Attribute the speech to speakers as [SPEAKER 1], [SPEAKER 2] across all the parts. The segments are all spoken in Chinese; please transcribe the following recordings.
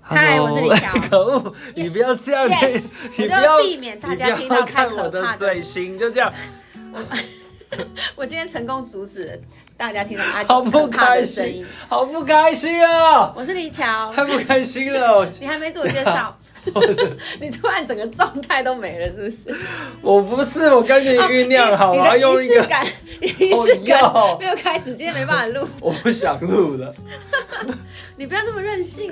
[SPEAKER 1] 嗨，我是李乔。
[SPEAKER 2] 可恶，你不要这样
[SPEAKER 1] Yes，
[SPEAKER 2] 你你
[SPEAKER 1] 我就
[SPEAKER 2] 不要
[SPEAKER 1] 避免大家
[SPEAKER 2] 你不
[SPEAKER 1] 听
[SPEAKER 2] 要
[SPEAKER 1] 到太
[SPEAKER 2] 看
[SPEAKER 1] 可
[SPEAKER 2] 我的
[SPEAKER 1] 怕的啊
[SPEAKER 2] 嘴型，就这样，
[SPEAKER 1] 我今天成功阻止了大家听到阿
[SPEAKER 2] 好
[SPEAKER 1] 九
[SPEAKER 2] 不
[SPEAKER 1] 可怕
[SPEAKER 2] 开
[SPEAKER 1] 的声音
[SPEAKER 2] 心。，好不开心啊！
[SPEAKER 1] 我是李乔，
[SPEAKER 2] 太不开心 了，
[SPEAKER 1] 你还没自我介绍， 你突然整个状态都没了，是不是？哦
[SPEAKER 2] 我不是，我跟你酝酿好，
[SPEAKER 1] 你
[SPEAKER 2] 我
[SPEAKER 1] 的
[SPEAKER 2] 要用
[SPEAKER 1] 仪
[SPEAKER 2] 一
[SPEAKER 1] 式
[SPEAKER 2] 个，
[SPEAKER 1] 感，你的仪式
[SPEAKER 2] 哦
[SPEAKER 1] 感
[SPEAKER 2] 要
[SPEAKER 1] 没有开始，今天没办法录。
[SPEAKER 2] 我不想录了。
[SPEAKER 1] 你不要这么任性。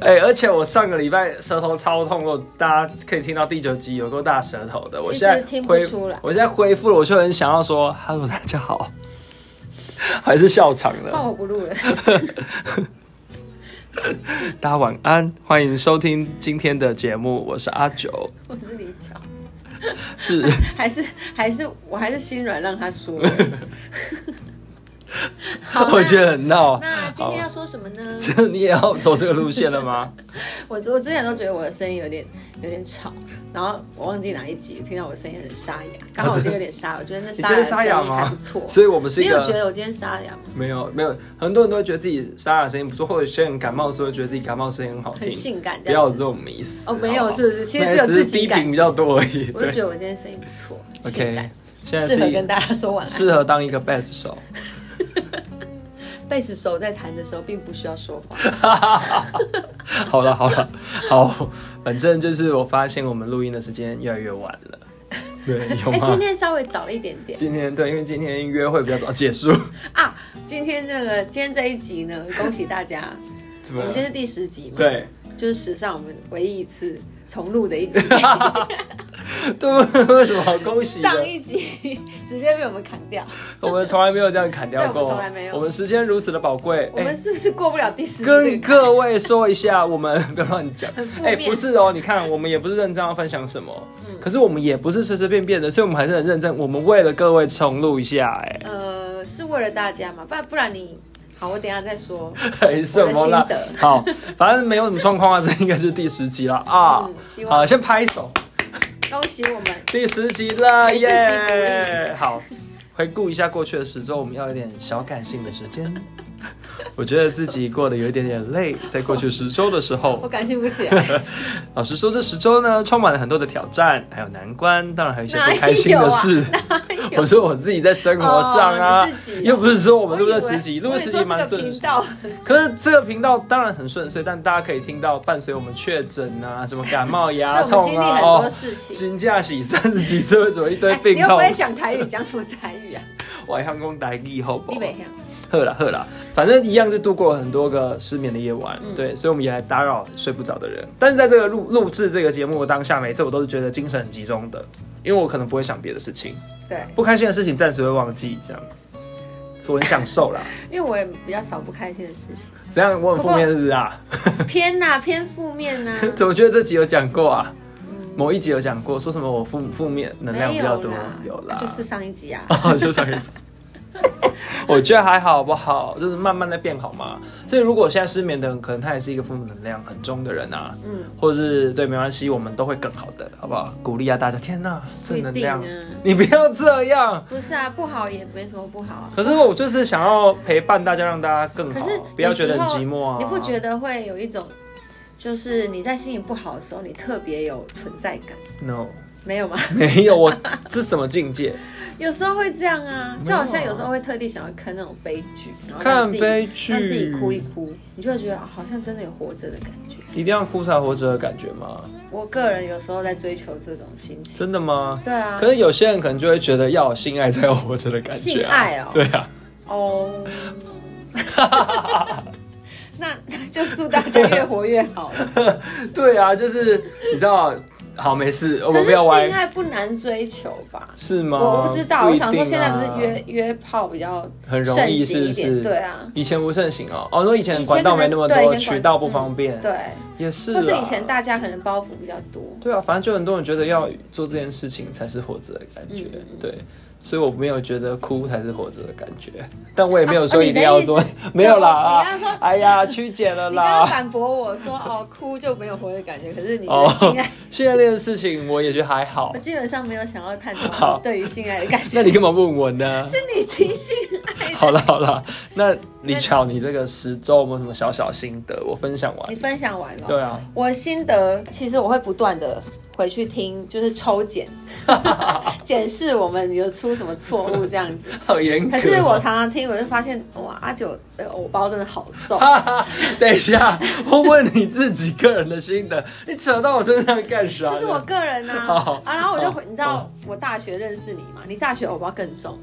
[SPEAKER 2] 哎、而且我上个礼拜舌头超痛，如果大家可以听到第九集有够大舌头的，我
[SPEAKER 1] 其实
[SPEAKER 2] 现在
[SPEAKER 1] 听不
[SPEAKER 2] 恢
[SPEAKER 1] 出来
[SPEAKER 2] 我现在恢复了，我就很想要说 “hello，大家好”， 还是笑场
[SPEAKER 1] 换
[SPEAKER 2] 了。
[SPEAKER 1] 我不录了。
[SPEAKER 2] 大家晚安，欢迎收听今天的节目，我是阿九，
[SPEAKER 1] 我是李巧，
[SPEAKER 2] 是
[SPEAKER 1] 还是还是我还是心软让 他说。好，
[SPEAKER 2] 我
[SPEAKER 1] 那
[SPEAKER 2] 觉得很闹。
[SPEAKER 1] 那今天要
[SPEAKER 2] 好
[SPEAKER 1] 说什么呢？
[SPEAKER 2] 这你也要走这个路线了吗？
[SPEAKER 1] 我我之前都觉得我的声音有点有点吵，然后我忘记哪一集听到我声音很沙哑，刚好我今天有点沙，我觉得 那
[SPEAKER 2] 你
[SPEAKER 1] 沙
[SPEAKER 2] 觉得
[SPEAKER 1] 哑
[SPEAKER 2] 沙
[SPEAKER 1] 的
[SPEAKER 2] 哑
[SPEAKER 1] 声音还
[SPEAKER 2] 吗
[SPEAKER 1] 不错？。
[SPEAKER 2] 所以我们是
[SPEAKER 1] 你
[SPEAKER 2] 一个
[SPEAKER 1] 有觉得我今天沙哑吗？
[SPEAKER 2] 没有没有，很多人都会觉得自己沙哑声音不错，或者有些人感冒的时候觉得自己感冒声音很好听，
[SPEAKER 1] 很性感
[SPEAKER 2] 不
[SPEAKER 1] 这
[SPEAKER 2] 要有这
[SPEAKER 1] 样子。
[SPEAKER 2] 种迷思。
[SPEAKER 1] 哦没有
[SPEAKER 2] 好不好
[SPEAKER 1] 是不是其实
[SPEAKER 2] 没
[SPEAKER 1] 只
[SPEAKER 2] 有
[SPEAKER 1] 有
[SPEAKER 2] 只
[SPEAKER 1] 自
[SPEAKER 2] 是
[SPEAKER 1] 己
[SPEAKER 2] 低
[SPEAKER 1] 感
[SPEAKER 2] 频比
[SPEAKER 1] 觉
[SPEAKER 2] 较多而已。
[SPEAKER 1] 我就
[SPEAKER 2] 对
[SPEAKER 1] 觉得我今天声音不错，性
[SPEAKER 2] OK，
[SPEAKER 1] 感，
[SPEAKER 2] 现在
[SPEAKER 1] 适合
[SPEAKER 2] 是
[SPEAKER 1] 跟大家说晚安。
[SPEAKER 2] 适合当一个 bass 手。
[SPEAKER 1] 贝斯手在弹的时候并不需要说话。
[SPEAKER 2] 好了好了好，反正就是我发现我们录音的时间越来越晚了。对， 有
[SPEAKER 1] 哎，
[SPEAKER 2] 吗
[SPEAKER 1] 今？天稍微早了一点点
[SPEAKER 2] 今天对，因为今天约会比较早结束，
[SPEAKER 1] 啊。今天这个今天这一集呢，恭喜 大家，
[SPEAKER 2] 怎
[SPEAKER 1] 我
[SPEAKER 2] 么
[SPEAKER 1] 们
[SPEAKER 2] 了？
[SPEAKER 1] 今天是第十集嘛，，
[SPEAKER 2] 啊对，
[SPEAKER 1] 就是史上我们唯一一次重录的一集。
[SPEAKER 2] 对，为什么好 恭喜的？啊
[SPEAKER 1] 上一集 直接被我们砍掉，
[SPEAKER 2] 我们从来没有这样砍掉
[SPEAKER 1] 对
[SPEAKER 2] 过，
[SPEAKER 1] 我们从来没有
[SPEAKER 2] 我们时间如此的宝贵，
[SPEAKER 1] 我
[SPEAKER 2] 哎
[SPEAKER 1] 们是不是过不了第十集这
[SPEAKER 2] 跟
[SPEAKER 1] 个？
[SPEAKER 2] 各位说一下，我们不要乱讲
[SPEAKER 1] 很。负
[SPEAKER 2] 哎、
[SPEAKER 1] 面嗯
[SPEAKER 2] 不是哦，你看，我们也不是认真要分享什么，可是我们也不是随随便便的，所以我们还是很认真。我们为了各位重录一下、哎
[SPEAKER 1] 呃，是为了大家嘛，不然不然你好，我等一下再说。
[SPEAKER 2] 哎，什么啦
[SPEAKER 1] 我的心？得
[SPEAKER 2] 好，反正没有什么状况啊，这应该是第十集了啊
[SPEAKER 1] 嗯希。望
[SPEAKER 2] 好，先拍手，
[SPEAKER 1] 恭喜我们，
[SPEAKER 2] 第十集了
[SPEAKER 1] 给自己
[SPEAKER 2] 耶！好，回顾一下过去的十周，我们要有点小感性的时间。 我觉得自己过得有一点点累，在过去十周的时候
[SPEAKER 1] 我，感谢不起来，
[SPEAKER 2] 老实说，这十周呢，充满了很多的挑战，还有难关，当然还有一些
[SPEAKER 1] 哪
[SPEAKER 2] 不开心
[SPEAKER 1] 有
[SPEAKER 2] 的
[SPEAKER 1] 啊
[SPEAKER 2] 事。？
[SPEAKER 1] 哪有
[SPEAKER 2] 我？说我自己在生活上啊，
[SPEAKER 1] 哦你自己哦
[SPEAKER 2] 又不是说 我们录
[SPEAKER 1] 以为
[SPEAKER 2] 了十集，录
[SPEAKER 1] 我
[SPEAKER 2] 了
[SPEAKER 1] 以
[SPEAKER 2] 十
[SPEAKER 1] 为说
[SPEAKER 2] 集
[SPEAKER 1] 这
[SPEAKER 2] 蛮
[SPEAKER 1] 个
[SPEAKER 2] 顺
[SPEAKER 1] 频
[SPEAKER 2] 利。
[SPEAKER 1] 道，
[SPEAKER 2] 可是这个频道当然很顺遂，但大家可以听到伴随我们确诊啊，什么感 冒、牙
[SPEAKER 1] 对我们
[SPEAKER 2] 痛
[SPEAKER 1] 经历
[SPEAKER 2] 啊，
[SPEAKER 1] 很
[SPEAKER 2] 哦
[SPEAKER 1] 多，事情。
[SPEAKER 2] 新假喜三十几岁为什么一堆
[SPEAKER 1] 哎你
[SPEAKER 2] 病
[SPEAKER 1] 又不
[SPEAKER 2] 痛？
[SPEAKER 1] 会讲台语，讲什么台 语啊？
[SPEAKER 2] 外向工打疫后不
[SPEAKER 1] 你？每天
[SPEAKER 2] 喝啦喝啦，反正一样是度过很多个失眠的夜晚，
[SPEAKER 1] 嗯
[SPEAKER 2] 对，所以我们也来打扰睡不着的人。但是在这个录录制这个节目的当下，每次我都是觉得精神很集中的，因为我可能不会想别的事情，
[SPEAKER 1] 对，
[SPEAKER 2] 不开心的事情暂时会忘记，这样，所以我很享受 啦。
[SPEAKER 1] 因为我也比较少不开心的事情。
[SPEAKER 2] 怎样？我很负面是不是啊？
[SPEAKER 1] 偏呐，偏负面啊呐。
[SPEAKER 2] 怎么觉得 这集有讲过啊？
[SPEAKER 1] 嗯
[SPEAKER 2] 某一集有讲过，说什么我负负面能量
[SPEAKER 1] 没
[SPEAKER 2] 比
[SPEAKER 1] 有
[SPEAKER 2] 较多，
[SPEAKER 1] 啦，
[SPEAKER 2] 有啦，
[SPEAKER 1] 就是上一集啊。
[SPEAKER 2] 哦，就上 一集。我觉得还好，好不好？就是慢慢的变好嘛。所以如果现在失眠的人，可能他也是一个负能量很重的人啊，
[SPEAKER 1] 嗯，
[SPEAKER 2] 或是对，没关系，我们都会更好的，好不好？鼓励啊大家，天哪，
[SPEAKER 1] 不
[SPEAKER 2] 正
[SPEAKER 1] 一
[SPEAKER 2] 能
[SPEAKER 1] 定啊
[SPEAKER 2] 量，。你不要这样。
[SPEAKER 1] 不是啊，不好也没什么不好啊。
[SPEAKER 2] 可是我就是想要陪伴大家，让大家更好
[SPEAKER 1] 可是，
[SPEAKER 2] 哦不要觉得很
[SPEAKER 1] 有时候
[SPEAKER 2] 寂寞啊。
[SPEAKER 1] 你不觉
[SPEAKER 2] 得？
[SPEAKER 1] 得会有一种，就是你在心情不好的时候，你特别有存在感，
[SPEAKER 2] No，
[SPEAKER 1] 没 有吗？
[SPEAKER 2] 没有，我这什么境 界？
[SPEAKER 1] 有时候会这样啊，
[SPEAKER 2] 没有啊
[SPEAKER 1] 就好像有时候会特地想要看那种悲剧，然后让
[SPEAKER 2] 看
[SPEAKER 1] 自己
[SPEAKER 2] 悲剧，
[SPEAKER 1] 让自己哭一哭，你就会觉得啊好像真的有活着的感觉。
[SPEAKER 2] 一定要哭才活着的感觉吗？
[SPEAKER 1] 我个人有时候在追求这种心情。
[SPEAKER 2] 真的吗？
[SPEAKER 1] 对啊
[SPEAKER 2] 可，是有些人可能就会觉得要有性爱才有活着的感觉、啊。
[SPEAKER 1] 性爱哦
[SPEAKER 2] 对啊，
[SPEAKER 1] 哦。 那那就祝大家越活越好了。
[SPEAKER 2] 对啊，就是你知道，好没事， 我
[SPEAKER 1] 可
[SPEAKER 2] 们
[SPEAKER 1] 是
[SPEAKER 2] 不要
[SPEAKER 1] 性
[SPEAKER 2] 歪，
[SPEAKER 1] 爱不难追求吧？
[SPEAKER 2] 是吗？
[SPEAKER 1] 我不知道，
[SPEAKER 2] 一
[SPEAKER 1] 我
[SPEAKER 2] 定啊
[SPEAKER 1] 想说现在不是约约炮比较
[SPEAKER 2] 很容
[SPEAKER 1] 盛
[SPEAKER 2] 易是不
[SPEAKER 1] 行一点，
[SPEAKER 2] 是？
[SPEAKER 1] 对。啊，
[SPEAKER 2] 以前不盛行哦，哦，说以前
[SPEAKER 1] 以前
[SPEAKER 2] 管道
[SPEAKER 1] 可
[SPEAKER 2] 没
[SPEAKER 1] 能
[SPEAKER 2] 那么
[SPEAKER 1] 对以
[SPEAKER 2] 多，
[SPEAKER 1] 前管嗯
[SPEAKER 2] 渠道不方便，
[SPEAKER 1] 对，
[SPEAKER 2] 也是啊。
[SPEAKER 1] 或是以前大家可能包袱比较多，
[SPEAKER 2] 对啊，反正就很多人觉得要做这件事情才是活着的感觉，
[SPEAKER 1] 嗯嗯嗯
[SPEAKER 2] 对。所以我没有觉得哭才是活着的感觉， 但我也没有说一定要
[SPEAKER 1] 啊
[SPEAKER 2] 做， 没有啦
[SPEAKER 1] 对我你
[SPEAKER 2] 啊
[SPEAKER 1] 刚刚说，
[SPEAKER 2] 哎呀，曲解了
[SPEAKER 1] 你刚刚
[SPEAKER 2] 啦。
[SPEAKER 1] 反驳我说哦，哭就没有活的感觉，可是你
[SPEAKER 2] 哦
[SPEAKER 1] 的啊性爱，，
[SPEAKER 2] 现在这件事情我也觉得还 好
[SPEAKER 1] 我，基本上没有想要探讨
[SPEAKER 2] 好
[SPEAKER 1] 你对于性爱的感觉。
[SPEAKER 2] 那你干嘛问我呢？
[SPEAKER 1] 是你提性爱的，
[SPEAKER 2] 好了好了，那李巧，你这个十周有没有什么小小心得？我分享完
[SPEAKER 1] 你。分享完了。
[SPEAKER 2] 对 啊，
[SPEAKER 1] 我心得其实我会不断的回去听，就是 抽检，检视我们有出什么错误这样 子。
[SPEAKER 2] 好严格。
[SPEAKER 1] 可是我常常听，我就发现哇，阿九的偶包真的好重。
[SPEAKER 2] 哈哈， 等一下，我问你自己个人的心得，你扯到我身上干啥呢？
[SPEAKER 1] 就是我个人呐、
[SPEAKER 2] 好
[SPEAKER 1] 啊，然后我就回，
[SPEAKER 2] 好
[SPEAKER 1] 你知道
[SPEAKER 2] 好
[SPEAKER 1] 我大学认识你嘛？你大学偶包更重，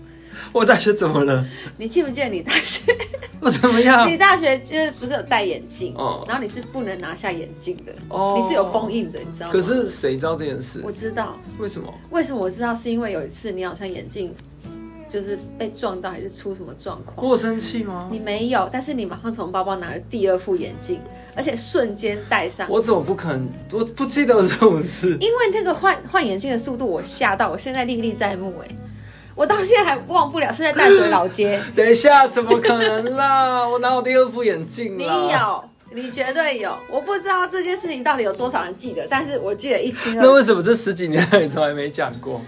[SPEAKER 2] 我大学怎么了？
[SPEAKER 1] 你记不记得你大 学？？
[SPEAKER 2] 我怎么样
[SPEAKER 1] 你大学就是不是有戴眼镜？
[SPEAKER 2] 哦
[SPEAKER 1] 然后你是不能拿下眼镜的，
[SPEAKER 2] 哦
[SPEAKER 1] 你是有封印的，你知道吗？
[SPEAKER 2] 可是谁知道这件事
[SPEAKER 1] 我？知道，
[SPEAKER 2] 为什么？
[SPEAKER 1] 为什么我知道？是因为有一次你好像眼镜就是被撞到，还是出什么状况？
[SPEAKER 2] 我有生气吗
[SPEAKER 1] 你？没有，但是你马上从包包拿了第二副眼镜，而且瞬间戴上。
[SPEAKER 2] 我怎么不肯？我不记得有这种事。
[SPEAKER 1] 因为那个换换眼镜的速度，我吓到，我现在历历在目哎，我到现在还忘不了是在淡水老街。
[SPEAKER 2] 等一下，怎么可能啦？我哪有第二副眼镜
[SPEAKER 1] 你
[SPEAKER 2] 啦？
[SPEAKER 1] 有，你绝对有。我不知道这件事情到底有多少人记得，但是我记得一清
[SPEAKER 2] 那
[SPEAKER 1] 二
[SPEAKER 2] 为
[SPEAKER 1] 楚。
[SPEAKER 2] 什么这十几年来你从来没讲过？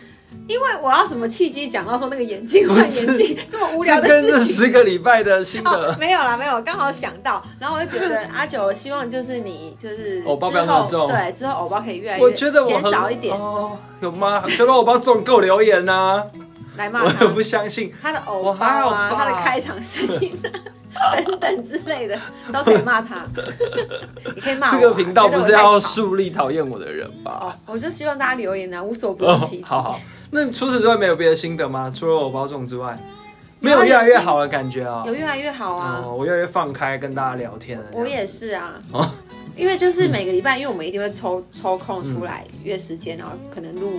[SPEAKER 1] 因为我要什么契机讲到说那个眼 镜换眼镜这么无聊
[SPEAKER 2] 这
[SPEAKER 1] 的
[SPEAKER 2] 跟这
[SPEAKER 1] 事情？
[SPEAKER 2] 十个礼拜的心
[SPEAKER 1] 哦
[SPEAKER 2] 得，，
[SPEAKER 1] 没有啦，没有，刚好想到，然后我就觉得阿九，希望就是你就是
[SPEAKER 2] 偶包不
[SPEAKER 1] 之
[SPEAKER 2] 要那么
[SPEAKER 1] 后
[SPEAKER 2] 重
[SPEAKER 1] 对之后偶包可以越来
[SPEAKER 2] 我
[SPEAKER 1] 越
[SPEAKER 2] 觉得我
[SPEAKER 1] 减
[SPEAKER 2] 很
[SPEAKER 1] 少一点
[SPEAKER 2] 哦，有吗？小宝，我帮总够留言呐、
[SPEAKER 1] 来骂
[SPEAKER 2] 我
[SPEAKER 1] 他
[SPEAKER 2] 也。不相信。
[SPEAKER 1] 他的偶
[SPEAKER 2] 我
[SPEAKER 1] 包
[SPEAKER 2] 还好
[SPEAKER 1] 啊，
[SPEAKER 2] 吧
[SPEAKER 1] 他的开场声音啊，等等之类的，都可以 骂他。你可以骂我啊、
[SPEAKER 2] 这个频道不是
[SPEAKER 1] 觉得
[SPEAKER 2] 要
[SPEAKER 1] 我太吵
[SPEAKER 2] 树立讨厌我的人吧
[SPEAKER 1] 哦？，我就希望大家留言啊，无所不
[SPEAKER 2] 哦
[SPEAKER 1] 用其，极。
[SPEAKER 2] 好好。那除此之外没有别的心得吗？除了我包粽之外，没
[SPEAKER 1] 有啊
[SPEAKER 2] 有越来
[SPEAKER 1] 有
[SPEAKER 2] 越
[SPEAKER 1] 心
[SPEAKER 2] 好的感觉啊。
[SPEAKER 1] 有越来越好啊，
[SPEAKER 2] 哦，我越来越放开跟大家聊天了。
[SPEAKER 1] 我也是啊。
[SPEAKER 2] 哦
[SPEAKER 1] 因为就是每个礼拜，因为我们一定会抽抽空出来约时间，然后可能录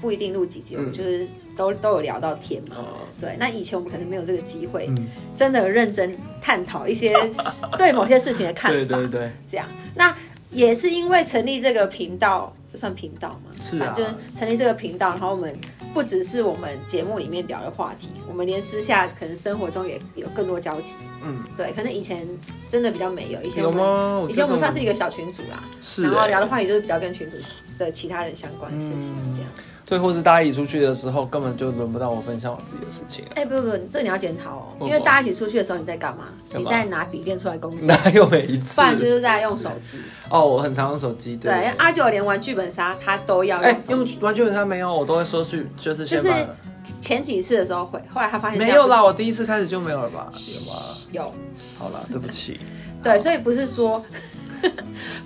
[SPEAKER 1] 不一定录几集，我
[SPEAKER 2] 嗯
[SPEAKER 1] 们就是都都有聊到天
[SPEAKER 2] 这
[SPEAKER 1] 嘛。
[SPEAKER 2] 样哦，
[SPEAKER 1] 对，那以前我们可能没有这个机会，
[SPEAKER 2] 嗯，
[SPEAKER 1] 真的认真探讨一些 对某些事情的看法。
[SPEAKER 2] 哦对对对，
[SPEAKER 1] 这样。那也是因为成立这个频道，这算频道吗？
[SPEAKER 2] 是啊
[SPEAKER 1] 反正就是成立这个频道，然后我们不只是我们节目里面聊的话题，我们连私下可能生活中也有更多交集。
[SPEAKER 2] 嗯，
[SPEAKER 1] 对，可能以前真的比较没有，以前我
[SPEAKER 2] 有
[SPEAKER 1] 们
[SPEAKER 2] 吗？
[SPEAKER 1] 以前我们算是
[SPEAKER 2] 是
[SPEAKER 1] 一个小群组啦，
[SPEAKER 2] 是
[SPEAKER 1] 然后
[SPEAKER 2] 欸
[SPEAKER 1] 聊的话题就是比较跟群组的其他人相关的事情。
[SPEAKER 2] 嗯
[SPEAKER 1] 这样，
[SPEAKER 2] 对，或是大家一起出去的时候，根本就轮不到我分享我自己的事情了。
[SPEAKER 1] 哎、不不不，这你要检讨哦，
[SPEAKER 2] 为什么
[SPEAKER 1] 因为大家一起出去的时候你在干嘛？
[SPEAKER 2] 干嘛
[SPEAKER 1] 你在拿笔电出来工 作，
[SPEAKER 2] 哪有每一次？
[SPEAKER 1] 不然就是在用手机。
[SPEAKER 2] 哦，我很常用手机。
[SPEAKER 1] 对，因为阿九连玩剧本杀他都要
[SPEAKER 2] 哎
[SPEAKER 1] 用，手
[SPEAKER 2] 用
[SPEAKER 1] 机。
[SPEAKER 2] 完全本上没有，我都会说去，就是先
[SPEAKER 1] 就是
[SPEAKER 2] 把了
[SPEAKER 1] 前几次的时候会，后来他发现这
[SPEAKER 2] 没
[SPEAKER 1] 样
[SPEAKER 2] 有
[SPEAKER 1] 不
[SPEAKER 2] 啦，
[SPEAKER 1] 行
[SPEAKER 2] 我第一次开始就没有了吧？有吗？
[SPEAKER 1] 有
[SPEAKER 2] 好啦，对不起。
[SPEAKER 1] 对，所以不是说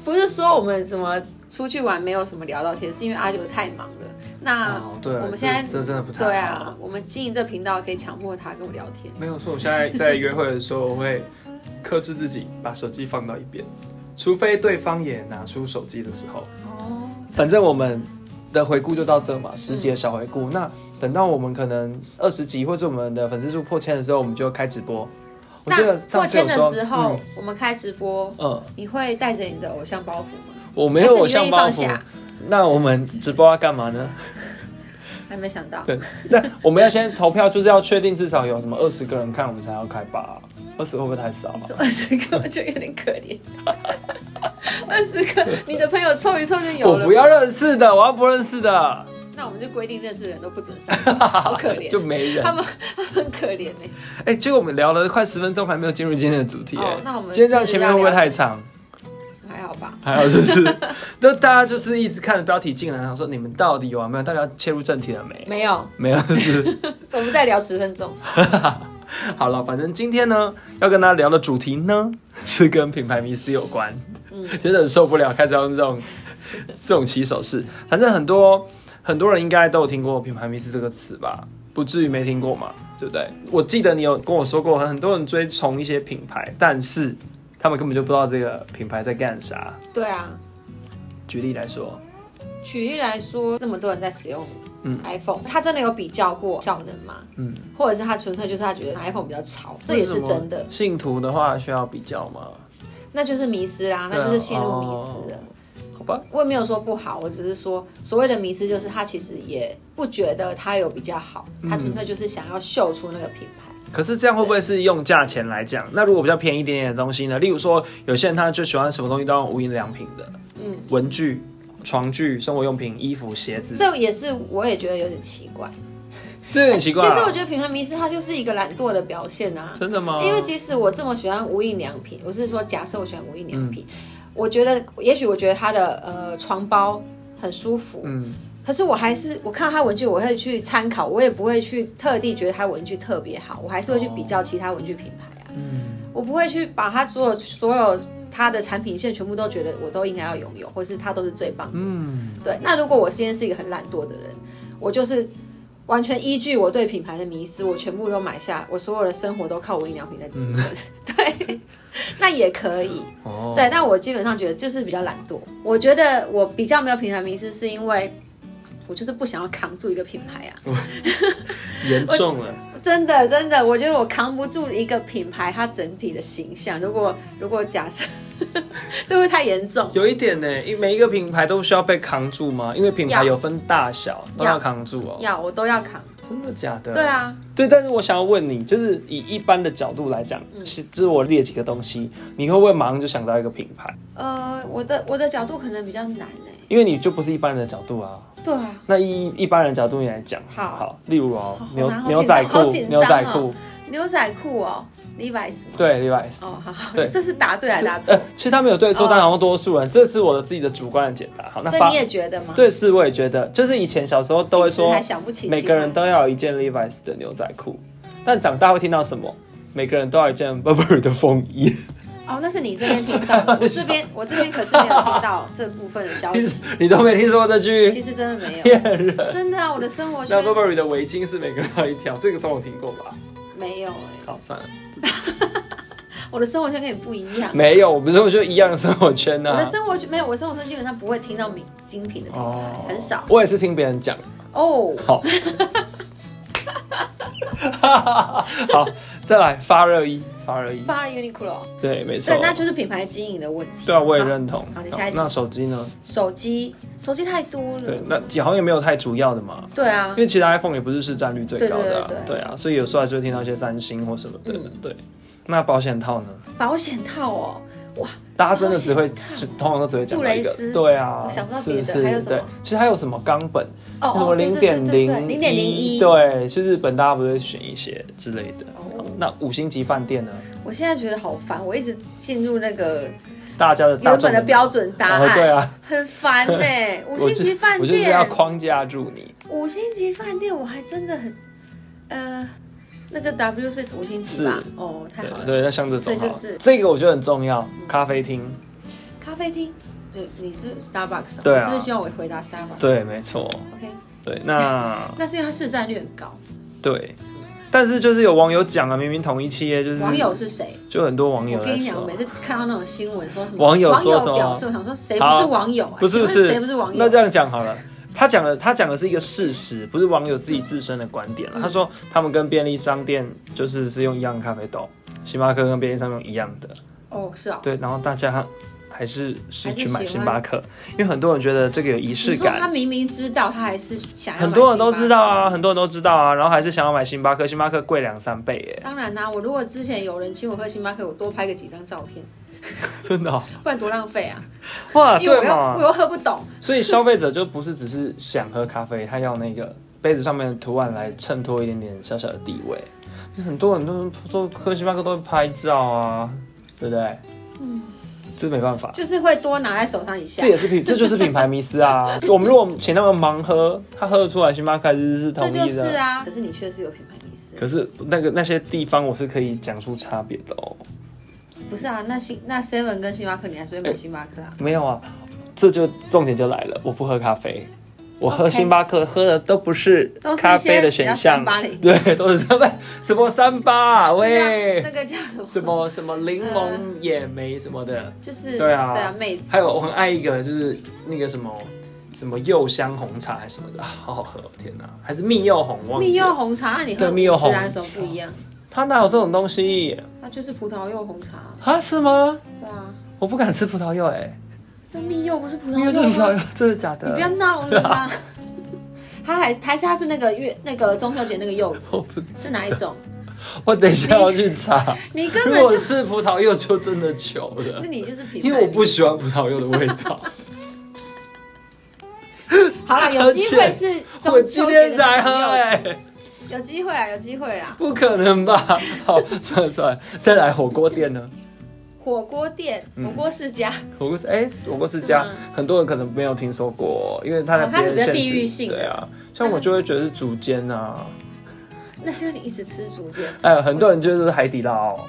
[SPEAKER 1] 不是说我们怎么出去玩没有什么聊到天，是因为阿九太忙了。那
[SPEAKER 2] 哦，对了，
[SPEAKER 1] 啊我们现在
[SPEAKER 2] 这这真的不太
[SPEAKER 1] 对
[SPEAKER 2] 好
[SPEAKER 1] 啊，我们经营这频道可以强迫他跟我聊天。
[SPEAKER 2] 没有错，我现在在约会的时候，我会克制自己，把手机放到一边，除非对方也拿出手机的时候。
[SPEAKER 1] 哦，
[SPEAKER 2] 反正我们的回顾就到这嘛，十集的小回顾。那等到我们可能二十集或者我们的粉丝数破千的时候，我们就开直播。我记
[SPEAKER 1] 那
[SPEAKER 2] 得
[SPEAKER 1] 破
[SPEAKER 2] 上次有
[SPEAKER 1] 千的
[SPEAKER 2] 说，
[SPEAKER 1] 时候、
[SPEAKER 2] 嗯
[SPEAKER 1] 我们开直播，
[SPEAKER 2] 嗯，
[SPEAKER 1] 你会带着你的偶像包袱吗？
[SPEAKER 2] 我没有偶
[SPEAKER 1] 还是
[SPEAKER 2] 像
[SPEAKER 1] 你愿意
[SPEAKER 2] 包
[SPEAKER 1] 放
[SPEAKER 2] 袱
[SPEAKER 1] 下。
[SPEAKER 2] 那我们直播要干嘛呢？
[SPEAKER 1] 还没想到，
[SPEAKER 2] 对，那我们要先投票，就是要确定至少有什么二十个人看，我们才要开吧。二十会不会太少啊、
[SPEAKER 1] 说二十个我就有点可怜，二十个你的朋友凑一凑就有
[SPEAKER 2] 我
[SPEAKER 1] 了。
[SPEAKER 2] 不要认识的，我要不认识的，
[SPEAKER 1] 那我们就规定认识的人都不准上，好可 怜，
[SPEAKER 2] 就没人
[SPEAKER 1] 他。们 他们很可怜呢、欸
[SPEAKER 2] 哎、结果我们聊了快十分钟，还没有进入今天的主题、哎、
[SPEAKER 1] 哦那我们
[SPEAKER 2] 今天这样前面会不会太长？
[SPEAKER 1] 还好吧？
[SPEAKER 2] 还有 就是，就大家就是一直看着标题进来，然后说你们到底有完没有？到底要切入正题了没？
[SPEAKER 1] 没有，
[SPEAKER 2] 没有，就是
[SPEAKER 1] 我们再聊十分钟。
[SPEAKER 2] 好了。反正今天呢，要跟大家聊的主题呢， 是跟品牌迷思有关。
[SPEAKER 1] 嗯，
[SPEAKER 2] 真的很受不了，开始用这种 这种起手式。反正很多很多人应该都有听过“品牌迷思”这个词吧，不至于没听过嘛，对不对？我记得你有跟我说过，很多人追崇一些品牌，但是他们根本就不知道这个品牌在干啥。
[SPEAKER 1] 对啊，
[SPEAKER 2] 举例来说，
[SPEAKER 1] 举例来说，这么多人在使用
[SPEAKER 2] 嗯
[SPEAKER 1] iPhone，、他真的有比较过效能吗？
[SPEAKER 2] 嗯，
[SPEAKER 1] 或者是他纯粹就是他觉得 iPhone 比较潮，这也是真
[SPEAKER 2] 为什
[SPEAKER 1] 的
[SPEAKER 2] 么，信徒的话需要比较吗？
[SPEAKER 1] 那就是迷失啦，那就是陷入迷失
[SPEAKER 2] 对
[SPEAKER 1] 了
[SPEAKER 2] 啊。哦好吧，
[SPEAKER 1] 我也没有说不好，我只是说所谓的迷失，就是他其实也不觉得他有比较好，
[SPEAKER 2] 嗯
[SPEAKER 1] 他纯粹就是想要秀出那个品牌。
[SPEAKER 2] 可是这样会不会是用价钱来讲？那如果比较便宜一点点的东西呢？例如说，有些人他就喜欢什么东西都用无印良品的，嗯，文具、床具、生活用品、衣服、鞋子，
[SPEAKER 1] 这也是我也觉得有点奇怪。
[SPEAKER 2] 这有点奇怪啊、
[SPEAKER 1] 其实我觉得品牌迷失它就是一个懒惰的表现啊。
[SPEAKER 2] 真的吗？
[SPEAKER 1] 因为即使我这么喜欢无印良品，我是说假设我喜欢无印良品，我觉得也许我觉得它的呃床包很舒服，
[SPEAKER 2] 嗯，
[SPEAKER 1] 可是我还是我看到它文具我会去参考，我也不会去特地觉得它文具特别好，我还是会去比较其他文具品牌啊，
[SPEAKER 2] 嗯
[SPEAKER 1] 我不会去把它所有所有它的产品线全部都觉得我都应该要拥有，或是它都是最棒的。
[SPEAKER 2] 嗯，
[SPEAKER 1] 对，那如果我现在是一个很懒惰的人，我就是完全依据我对品牌的迷思，我全部都买下，我所有的生活都靠无印良品在支撑。 对，那也可以。
[SPEAKER 2] 哦，
[SPEAKER 1] 对，但我基本上觉得就是比较懒惰。我觉得我比较没有品牌迷思，是因为我就是不想要扛住一个品牌啊。
[SPEAKER 2] 严重了，
[SPEAKER 1] 真的，真的，我觉得我扛不住一个品牌它整体的形象。如果如果假设， 这会不会太严重。
[SPEAKER 2] 有一点呢，因每一个品牌都需要被扛住吗？因为品牌
[SPEAKER 1] 要
[SPEAKER 2] 有分大小，都
[SPEAKER 1] 要
[SPEAKER 2] 要扛住哦。
[SPEAKER 1] 要我都要扛，
[SPEAKER 2] 真的假的？
[SPEAKER 1] 对啊，
[SPEAKER 2] 对，但是我想要问你，就是以一般的角度来讲，
[SPEAKER 1] 嗯
[SPEAKER 2] 是、就是我列几个东西，你会不会马上就想到一个品牌？
[SPEAKER 1] 呃，我的我的角度可能比较难哎、
[SPEAKER 2] 因为你就不是一般人的角度啊。
[SPEAKER 1] 对啊，
[SPEAKER 2] 那一一般人角度你来讲，
[SPEAKER 1] 好
[SPEAKER 2] 例如哦
[SPEAKER 1] 好，
[SPEAKER 2] 牛
[SPEAKER 1] 难好
[SPEAKER 2] 牛
[SPEAKER 1] 紧张
[SPEAKER 2] 仔裤
[SPEAKER 1] 好，紧张
[SPEAKER 2] 牛
[SPEAKER 1] 哦
[SPEAKER 2] 仔裤，
[SPEAKER 1] 牛仔裤哦，Levi's 吗？
[SPEAKER 2] 对，Levi's。
[SPEAKER 1] 哦，好好，
[SPEAKER 2] 对
[SPEAKER 1] 这是答对还是答错
[SPEAKER 2] 呃？，其实他没有对错，
[SPEAKER 1] 哦
[SPEAKER 2] 但好像多数人，这是我的自己的主观的解答。好，那
[SPEAKER 1] 所以
[SPEAKER 2] 发
[SPEAKER 1] 你也觉得吗？，
[SPEAKER 2] 对是，我也觉得，就是以前小时候都会说
[SPEAKER 1] 还，想不起
[SPEAKER 2] 每
[SPEAKER 1] 其
[SPEAKER 2] 个
[SPEAKER 1] 他
[SPEAKER 2] 人都要有一件 Levi's 的牛仔裤，但长大会听到什么？每个人都要有一件 Burberry 的风衣。
[SPEAKER 1] 哦，那是你这边听到 的，我这边我这边可是没有听到这部分的消
[SPEAKER 2] 你
[SPEAKER 1] 息，
[SPEAKER 2] 你都没听说过这句
[SPEAKER 1] 其实真的没有，
[SPEAKER 2] 骗人。
[SPEAKER 1] 真的啊，我的生活
[SPEAKER 2] 那
[SPEAKER 1] 圈
[SPEAKER 2] Burberry 的围巾是每个人要一条，这个从我听过吧？
[SPEAKER 1] 没有哎、
[SPEAKER 2] 好，算了，
[SPEAKER 1] 我的生活圈跟你不一样。
[SPEAKER 2] 没有，我不是我就一样的生活圈
[SPEAKER 1] 我的
[SPEAKER 2] 啊。
[SPEAKER 1] 生活圈没有，我的生活圈基本上不会听到名精品的品
[SPEAKER 2] 哦
[SPEAKER 1] 牌，很少
[SPEAKER 2] 我也是听别人讲。
[SPEAKER 1] 哦。
[SPEAKER 2] 好，好，再来发热衣，发热衣，
[SPEAKER 1] 发了 Uniqlo，
[SPEAKER 2] 对，没错
[SPEAKER 1] 对，，那就是品牌经营的问题。
[SPEAKER 2] 对啊，我也认同。
[SPEAKER 1] 好你下一题嗯
[SPEAKER 2] 那手机呢？
[SPEAKER 1] 手机，手机太多
[SPEAKER 2] 对
[SPEAKER 1] 了，。
[SPEAKER 2] 那好像也没有太主要的嘛。
[SPEAKER 1] 对啊
[SPEAKER 2] 因，为其实 iPhone 也不是市占率最高的、啊，
[SPEAKER 1] 对对对对嗯
[SPEAKER 2] 啊，所以有时候还是会听到一些三星或什么的，对。那保险套呢？
[SPEAKER 1] 保险套哦，哇，
[SPEAKER 2] 大家真的只会，
[SPEAKER 1] 保险套
[SPEAKER 2] 只通常都只会讲到一
[SPEAKER 1] 杜
[SPEAKER 2] 个
[SPEAKER 1] 蕾斯，
[SPEAKER 2] 对啊，
[SPEAKER 1] 我想不到别的
[SPEAKER 2] 是不是
[SPEAKER 1] 还有什么
[SPEAKER 2] 对，其实还有什么冈本，
[SPEAKER 1] 哦
[SPEAKER 2] 什么
[SPEAKER 1] 对
[SPEAKER 2] 零
[SPEAKER 1] 对对
[SPEAKER 2] 点
[SPEAKER 1] 对对，
[SPEAKER 2] 零
[SPEAKER 1] 零点零一。
[SPEAKER 2] 对，去日本大家不是会选一些之类的。
[SPEAKER 1] 哦
[SPEAKER 2] 那五星级饭店呢？
[SPEAKER 1] 我现在觉得好烦，我一直进入那个
[SPEAKER 2] 大家的大
[SPEAKER 1] 原
[SPEAKER 2] 众
[SPEAKER 1] 本的标准答
[SPEAKER 2] 哦对
[SPEAKER 1] 案，
[SPEAKER 2] 啊，
[SPEAKER 1] 很烦呢、 五星级饭
[SPEAKER 2] 我就我就是要
[SPEAKER 1] 店，
[SPEAKER 2] 框架住你。
[SPEAKER 1] 五星级饭店，我还真的很，呃，那个 W 是五星级吧？哦，太
[SPEAKER 2] 对
[SPEAKER 1] 好了。
[SPEAKER 2] 对，要向着走好
[SPEAKER 1] 所以
[SPEAKER 2] 了。
[SPEAKER 1] 就是
[SPEAKER 2] 这个我觉得很重要，咖啡厅。
[SPEAKER 1] 咖啡厅，你你是 Starbucks，、啊、
[SPEAKER 2] 对啊
[SPEAKER 1] 你是不是希望我回答 Starbucks？
[SPEAKER 2] 对，没错。
[SPEAKER 1] ，OK，
[SPEAKER 2] 对，那
[SPEAKER 1] 那是因为它市占率很高。
[SPEAKER 2] 对，但是就是有网友讲啊，明明同一企业，就是
[SPEAKER 1] 网友是谁？
[SPEAKER 2] 就很多网友
[SPEAKER 1] 我
[SPEAKER 2] 在
[SPEAKER 1] 跟你讲，
[SPEAKER 2] 说
[SPEAKER 1] 我每次看到那种新闻说什么
[SPEAKER 2] 网友说什么
[SPEAKER 1] 表示，我想说谁不是
[SPEAKER 2] 好
[SPEAKER 1] 网友啊？
[SPEAKER 2] 不是不
[SPEAKER 1] 请问
[SPEAKER 2] 是
[SPEAKER 1] 谁不是网友？
[SPEAKER 2] 那这样讲好了。他讲的，他讲的是一个事实，不是网友自己自身的观点了。
[SPEAKER 1] 嗯
[SPEAKER 2] 他说他们跟便利商店就是是用一样的咖啡豆，星巴克跟便利商店用一样的，
[SPEAKER 1] 哦，是哦。
[SPEAKER 2] 对。然后大家还是是
[SPEAKER 1] 还是
[SPEAKER 2] 去买
[SPEAKER 1] 喜欢
[SPEAKER 2] 星巴克，因为很多人觉得这个有仪
[SPEAKER 1] 你
[SPEAKER 2] 式
[SPEAKER 1] 说他
[SPEAKER 2] 感，
[SPEAKER 1] 明明知道，他还是想要买
[SPEAKER 2] 很多人都
[SPEAKER 1] 星巴克
[SPEAKER 2] 知道。啊，很多人都知道啊，然后还是想要买星巴克，星巴克贵两三倍 耶，
[SPEAKER 1] 当然啦、我如果之前有人请我喝星巴克，我多拍个几张照片，
[SPEAKER 2] 真的哦、
[SPEAKER 1] 不然多浪费啊！
[SPEAKER 2] 哇，
[SPEAKER 1] 因为我
[SPEAKER 2] 对
[SPEAKER 1] 又
[SPEAKER 2] 嘛
[SPEAKER 1] 我？又喝不懂，
[SPEAKER 2] 所以消费者就不是只是想喝咖啡，他要那个杯子上面的图案来衬托一点点小小的地位。很多人都都喝星巴克都会拍照啊，对不对？嗯，这没办法，
[SPEAKER 1] 就是会多拿在手上一下
[SPEAKER 2] 这。也是品，这就是品牌迷失 啊。我们如果请他们盲喝，他喝得出来星巴克其实是同
[SPEAKER 1] 这
[SPEAKER 2] 意的。
[SPEAKER 1] 就是啊，可是你确实有品牌迷思。
[SPEAKER 2] 可是那个那些地方我是可以讲出差别的哦。
[SPEAKER 1] 不是啊，那星那 Seven 跟星巴克，你还是会买星巴克啊？
[SPEAKER 2] 没有啊，这就重点就来了，我不喝咖啡。我喝
[SPEAKER 1] OK
[SPEAKER 2] 星巴克喝的都不是
[SPEAKER 1] 都是一些
[SPEAKER 2] 咖啡的选项
[SPEAKER 1] 比较380，
[SPEAKER 2] 对，都是三百什么三八啊
[SPEAKER 1] 对啊
[SPEAKER 2] 喂
[SPEAKER 1] 那，个叫什么？
[SPEAKER 2] 什么什么柠檬野莓什么的，
[SPEAKER 1] 就是
[SPEAKER 2] 对啊
[SPEAKER 1] 对啊，妹子。
[SPEAKER 2] 还有我很爱一个就是那个什么什么柚香红茶还是什么的，好好喝哦，天哪，还是蜜柚红，忘
[SPEAKER 1] 蜜
[SPEAKER 2] 记
[SPEAKER 1] 柚
[SPEAKER 2] 了，
[SPEAKER 1] 红茶，那你
[SPEAKER 2] 对
[SPEAKER 1] 喝
[SPEAKER 2] 蜜柚
[SPEAKER 1] 五十
[SPEAKER 2] 红
[SPEAKER 1] 兰有什么不一样？
[SPEAKER 2] 它哪有这种东西
[SPEAKER 1] 它就是葡萄柚红茶，
[SPEAKER 2] 啊？是吗？
[SPEAKER 1] 对啊，
[SPEAKER 2] 我不敢吃葡萄柚哎、
[SPEAKER 1] 那那蜜柚不是葡萄
[SPEAKER 2] 因为
[SPEAKER 1] 柚
[SPEAKER 2] 这个
[SPEAKER 1] 吗？
[SPEAKER 2] 真的假
[SPEAKER 1] 你不要
[SPEAKER 2] 的？
[SPEAKER 1] 闹 了啦！它还还是它是那个月那个中秋节那个柚子
[SPEAKER 2] 我不，
[SPEAKER 1] 是哪一 种？
[SPEAKER 2] 我等一下要去查。
[SPEAKER 1] 你根
[SPEAKER 2] 如
[SPEAKER 1] 本
[SPEAKER 2] 果
[SPEAKER 1] 就是
[SPEAKER 2] 葡萄柚，就真的糗了
[SPEAKER 1] 那，你就是品牌。
[SPEAKER 2] 因为我不喜欢葡萄柚的味道。
[SPEAKER 1] 好了，有机会是
[SPEAKER 2] 我
[SPEAKER 1] 中
[SPEAKER 2] 今
[SPEAKER 1] 秋节
[SPEAKER 2] 天
[SPEAKER 1] 的
[SPEAKER 2] 才
[SPEAKER 1] 那
[SPEAKER 2] 喝
[SPEAKER 1] 种柚子，
[SPEAKER 2] 哎、
[SPEAKER 1] 有机会啊，有机会啦！
[SPEAKER 2] 不可能吧？好，算了算了，再来火锅店呢？
[SPEAKER 1] 火锅店，
[SPEAKER 2] 嗯
[SPEAKER 1] 火锅世家，
[SPEAKER 2] 火锅是哎、火锅世家
[SPEAKER 1] 是吗，
[SPEAKER 2] 很多人可能没有听说过，因为它在
[SPEAKER 1] 哦它是
[SPEAKER 2] 别人
[SPEAKER 1] 比较
[SPEAKER 2] 县
[SPEAKER 1] 地
[SPEAKER 2] 市
[SPEAKER 1] 域性的
[SPEAKER 2] 对啊，像我就会觉得是竹间啊，
[SPEAKER 1] 那是因为你一直吃竹间
[SPEAKER 2] 哎、很多人就是海底捞，
[SPEAKER 1] 哦。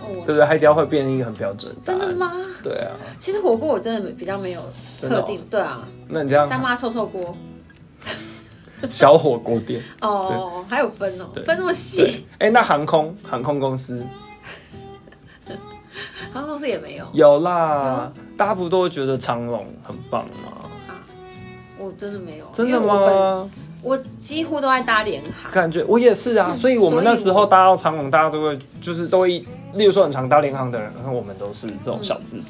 [SPEAKER 2] 对
[SPEAKER 1] 我
[SPEAKER 2] 不对？海底捞会变成一个很标准的答
[SPEAKER 1] 真
[SPEAKER 2] 案
[SPEAKER 1] 的？吗？
[SPEAKER 2] 对啊，
[SPEAKER 1] 其实火锅我真的比较没有
[SPEAKER 2] 真的
[SPEAKER 1] 特
[SPEAKER 2] 哦
[SPEAKER 1] 定，对啊，
[SPEAKER 2] 那你这样
[SPEAKER 1] 三妈臭臭锅
[SPEAKER 2] 小火锅 店，
[SPEAKER 1] 哦，还有分哦
[SPEAKER 2] 对，
[SPEAKER 1] 分那么
[SPEAKER 2] 对
[SPEAKER 1] 细，，
[SPEAKER 2] 哎、那航空航空公司
[SPEAKER 1] 航空公司也没有
[SPEAKER 2] 有啦，大家不都觉得长龙很棒吗？
[SPEAKER 1] 啊，我真的没有，
[SPEAKER 2] 真的
[SPEAKER 1] 因为我本
[SPEAKER 2] 吗？
[SPEAKER 1] 我几乎都在搭联航，
[SPEAKER 2] 感觉我也是啊，所以我们那时候搭到长龙，大家都会就是都会，例如说很常搭联航的人，然后我们都是这种小资族，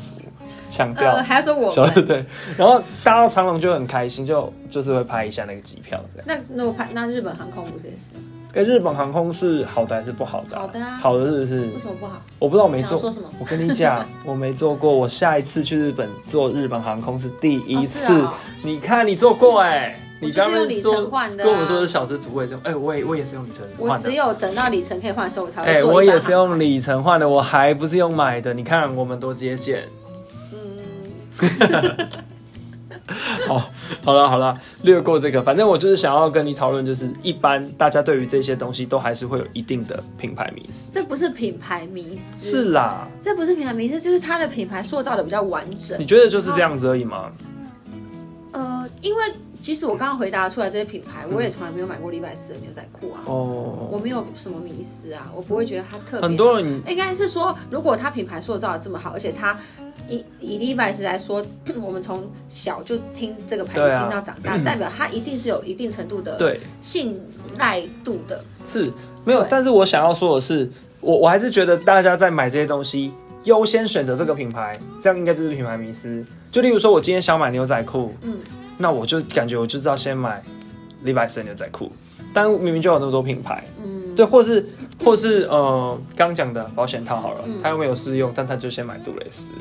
[SPEAKER 2] 强调
[SPEAKER 1] 呃，还要说 我
[SPEAKER 2] 小
[SPEAKER 1] 们。
[SPEAKER 2] 对，然后搭到长龙就很开心，就就是会拍一下那个机票这样。
[SPEAKER 1] 那那我拍那日本航空不是也是？
[SPEAKER 2] 哎，日本航空是好的还是不好的、
[SPEAKER 1] 好的啊
[SPEAKER 2] 好的是不是
[SPEAKER 1] 为？什么不好？
[SPEAKER 2] 我不知道我没
[SPEAKER 1] 想要
[SPEAKER 2] 坐。
[SPEAKER 1] 说什么？
[SPEAKER 2] 我跟你 讲，我没坐过。我下一次去日本坐日本航空是第一次。
[SPEAKER 1] 哦是啊
[SPEAKER 2] 你看，你坐过哎、
[SPEAKER 1] 我
[SPEAKER 2] 你
[SPEAKER 1] 就是
[SPEAKER 2] 刚
[SPEAKER 1] 用
[SPEAKER 2] 刚
[SPEAKER 1] 里
[SPEAKER 2] 说
[SPEAKER 1] 程换的啊
[SPEAKER 2] 跟我们说是小资族，我也是用。哎、我也我也是用里程换的。
[SPEAKER 1] 我只有等到里程可以换的时候，我才
[SPEAKER 2] 哎、
[SPEAKER 1] 会做。啊
[SPEAKER 2] 我也是用，里程换的，我还不是用买的。你看我们多节俭。
[SPEAKER 1] 嗯，
[SPEAKER 2] 好，好了好了，略过这个。反正我就是想要跟你讨论，就是一般大家对于这些东西都还是会有一定的品牌迷思。
[SPEAKER 1] 这不是品牌迷思，
[SPEAKER 2] 是啦，
[SPEAKER 1] 这不是品牌迷思，就是它的品牌塑造的比较完整
[SPEAKER 2] 你。觉得就是这样子而已吗？
[SPEAKER 1] 呃，因为即使我刚刚回答出来这些品牌，我也从来没有买过礼拜四的牛仔裤啊，我
[SPEAKER 2] 哦，
[SPEAKER 1] 没有什么迷思啊，我不会觉得它特别。
[SPEAKER 2] 很多人
[SPEAKER 1] 应该是说，如果它品牌塑造的这么好，而且它以以 Levi's 来说， 我们从小就听这个牌子
[SPEAKER 2] 对啊
[SPEAKER 1] 听到长 大，代表它一定是有一定程度的
[SPEAKER 2] 对
[SPEAKER 1] 信赖度的。
[SPEAKER 2] 是没有
[SPEAKER 1] 对，
[SPEAKER 2] 但是我想要说的是，我我还是觉得大家在买这些东西，优先选择这个品牌，这样应该就是品牌迷思。就例如说，我今天想买牛仔裤，
[SPEAKER 1] 嗯，
[SPEAKER 2] 那我就感觉我就是要先买 Levi's 的牛仔裤，但明明就有那么多品牌，
[SPEAKER 1] 嗯，
[SPEAKER 2] 对，或是 或是呃，刚讲的保险套好了
[SPEAKER 1] 嗯，
[SPEAKER 2] 它又没有试用，但他就先买杜蕾斯，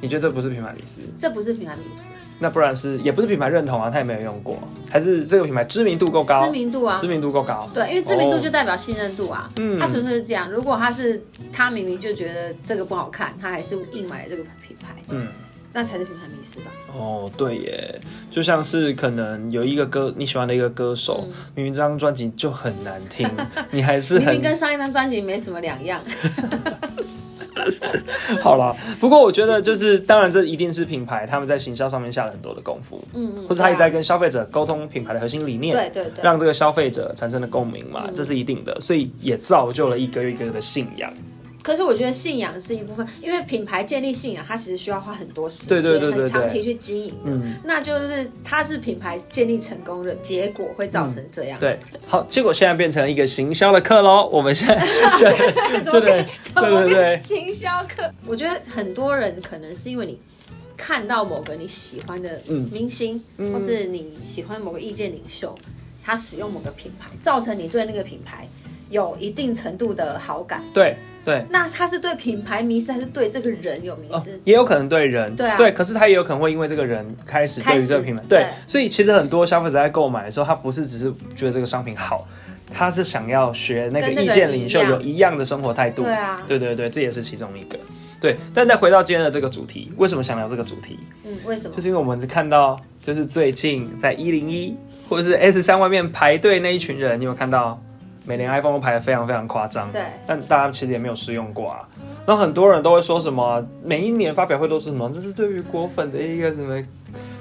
[SPEAKER 2] 你觉得这不是品牌迷思？
[SPEAKER 1] 这不是品牌迷思，
[SPEAKER 2] 那不然是也不是品牌认同啊，他也没有用过，还是这个品牌知名度够高
[SPEAKER 1] 知，名度啊
[SPEAKER 2] 知，名度够高，
[SPEAKER 1] 对，因为知名度
[SPEAKER 2] 哦
[SPEAKER 1] 就代表信任度啊。
[SPEAKER 2] 嗯
[SPEAKER 1] 他纯粹是这样，如果他是他明明就觉得这个不好看，他还是硬买了这个品牌，
[SPEAKER 2] 嗯。
[SPEAKER 1] 那才是品牌迷思吧？
[SPEAKER 2] 哦，对耶，就像是可能有一个歌你喜欢的一个歌手，
[SPEAKER 1] 嗯
[SPEAKER 2] 明明这张专辑就很难 听，你还是
[SPEAKER 1] 明
[SPEAKER 2] 很
[SPEAKER 1] 明跟上一张专辑没什么两样。
[SPEAKER 2] 好啦。不过我觉得就是，当然这一定是品牌他们在行销上面下了很多的功夫，
[SPEAKER 1] 嗯嗯，
[SPEAKER 2] 或是他也在
[SPEAKER 1] 对啊
[SPEAKER 2] 跟消费者沟通品牌的核心理念，
[SPEAKER 1] 对嗯对对，
[SPEAKER 2] 让这个消费者产生了共鸣嘛，这是一定的，所以也造就了一个又一个的信仰。
[SPEAKER 1] 可是我觉得信仰是一部分，因为品牌建立信仰，它其实需要花很多时间、
[SPEAKER 2] 对对对对
[SPEAKER 1] 很长
[SPEAKER 2] 对
[SPEAKER 1] 期去经营。
[SPEAKER 2] 嗯，
[SPEAKER 1] 那就是它是品牌建立成功的结果，会造成这样。
[SPEAKER 2] 对。好，结果现在变成一个行销的课喽。我们现在 就
[SPEAKER 1] 怎么变
[SPEAKER 2] 嗯对
[SPEAKER 1] 怎么
[SPEAKER 2] 对对对
[SPEAKER 1] 变行销课？我觉得很多人可能是因为你看到某个你喜欢的
[SPEAKER 2] 嗯
[SPEAKER 1] 明星，或是你喜欢某个意见领袖，他使用某个品牌，造成你对那个品牌有一定程度的好感。
[SPEAKER 2] 对对。
[SPEAKER 1] 那他是对品牌迷失，还是对这个人有迷
[SPEAKER 2] 哦
[SPEAKER 1] 失？
[SPEAKER 2] 也有可能对人，
[SPEAKER 1] 对啊
[SPEAKER 2] 可是他也有可能会因为这个人开始对
[SPEAKER 1] 开
[SPEAKER 2] 于
[SPEAKER 1] 始
[SPEAKER 2] 这个品牌，
[SPEAKER 1] 对
[SPEAKER 2] 对，所以其实很多消费者在购买的时候，他不是只是觉得这个商品好，他是想要学那个
[SPEAKER 1] 跟那个
[SPEAKER 2] 意
[SPEAKER 1] 人
[SPEAKER 2] 见领袖
[SPEAKER 1] 一样
[SPEAKER 2] 有一样的生活态度，
[SPEAKER 1] 对啊
[SPEAKER 2] 对对对，这也是其中一个，对。但再回到今天的这个主题，为什么想聊这个主题？
[SPEAKER 1] 嗯，为什么
[SPEAKER 2] 就？是因为我们是看到，就是最近在一零一或者是 S 三外面排队那一群人，你有看到每年 iPhone 都排的非常非常夸张，
[SPEAKER 1] 对，
[SPEAKER 2] 但大家其实也没有试用过啊。然后很多人都会说什么，每一年发表会都是什么，这是对于果粉的一个什么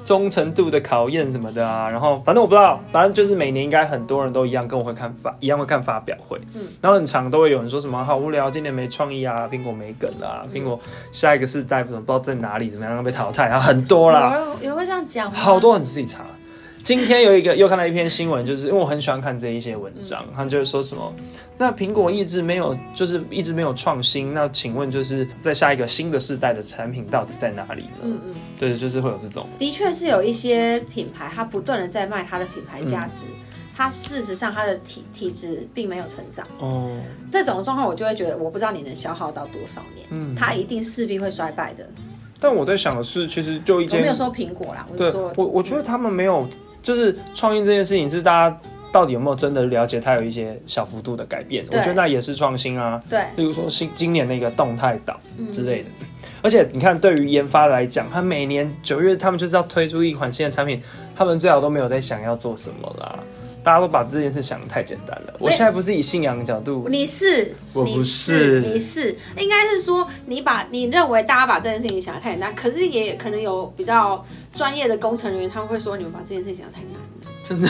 [SPEAKER 2] 忠诚度的考验什么的啊。然后反正我不知道，反正就是每年应该很多人都一样，跟我会看发一样会看发表会。
[SPEAKER 1] 嗯，
[SPEAKER 2] 然后很常都会有人说什么好无聊，今年没创意啊，苹果没梗啊，苹果下一个世代不知道在哪里，怎么样被淘汰啊，很多啦。
[SPEAKER 1] 有人有人会这样讲吗？
[SPEAKER 2] 好多人自己查。今天有一个又看到一篇新闻，就是因为我很喜欢看这一些文章，
[SPEAKER 1] 嗯
[SPEAKER 2] 他就是说什么，那苹果一直没有，就是一直没有创新，那请问就是在下一个新的世代的产品到底在哪里呢？
[SPEAKER 1] 嗯嗯，
[SPEAKER 2] 对，就是会有这种，
[SPEAKER 1] 的确是有一些品牌，它不断的在卖它的品牌价值，
[SPEAKER 2] 嗯
[SPEAKER 1] 它事实上它的体体质并没有成长。
[SPEAKER 2] 哦，
[SPEAKER 1] 这种状况，我就会觉得我不知道你能消耗到多少年，
[SPEAKER 2] 嗯
[SPEAKER 1] 它一定势必会衰败的。
[SPEAKER 2] 但我在想的是，其实就一
[SPEAKER 1] 我没有
[SPEAKER 2] 件，
[SPEAKER 1] 说苹果啦，我
[SPEAKER 2] 对
[SPEAKER 1] 是说，
[SPEAKER 2] 我我觉得他们没有，就是创意这件事情是大家到底有没有真的了解它有一些小幅度的改变，我
[SPEAKER 1] 对
[SPEAKER 2] 觉得那也是创新啊。
[SPEAKER 1] 对，
[SPEAKER 2] 例如说新今年那个动态岛
[SPEAKER 1] 嗯
[SPEAKER 2] 之类的。而且你看，对于研发来讲，他每年九月他们就是要推出一款新的产品，他们最好都没有在想要做什么啦。大家都把这件事想得太简单了。我
[SPEAKER 1] 没
[SPEAKER 2] 现在不是以信仰的角度，
[SPEAKER 1] 你是，
[SPEAKER 2] 我
[SPEAKER 1] 你
[SPEAKER 2] 不
[SPEAKER 1] 是，
[SPEAKER 2] 是
[SPEAKER 1] 你是，应该是说你把你认为大家把这件事情想得太简单，可是也可能有比较专业的工程人员，他们会说你们把这件事情想得太难了。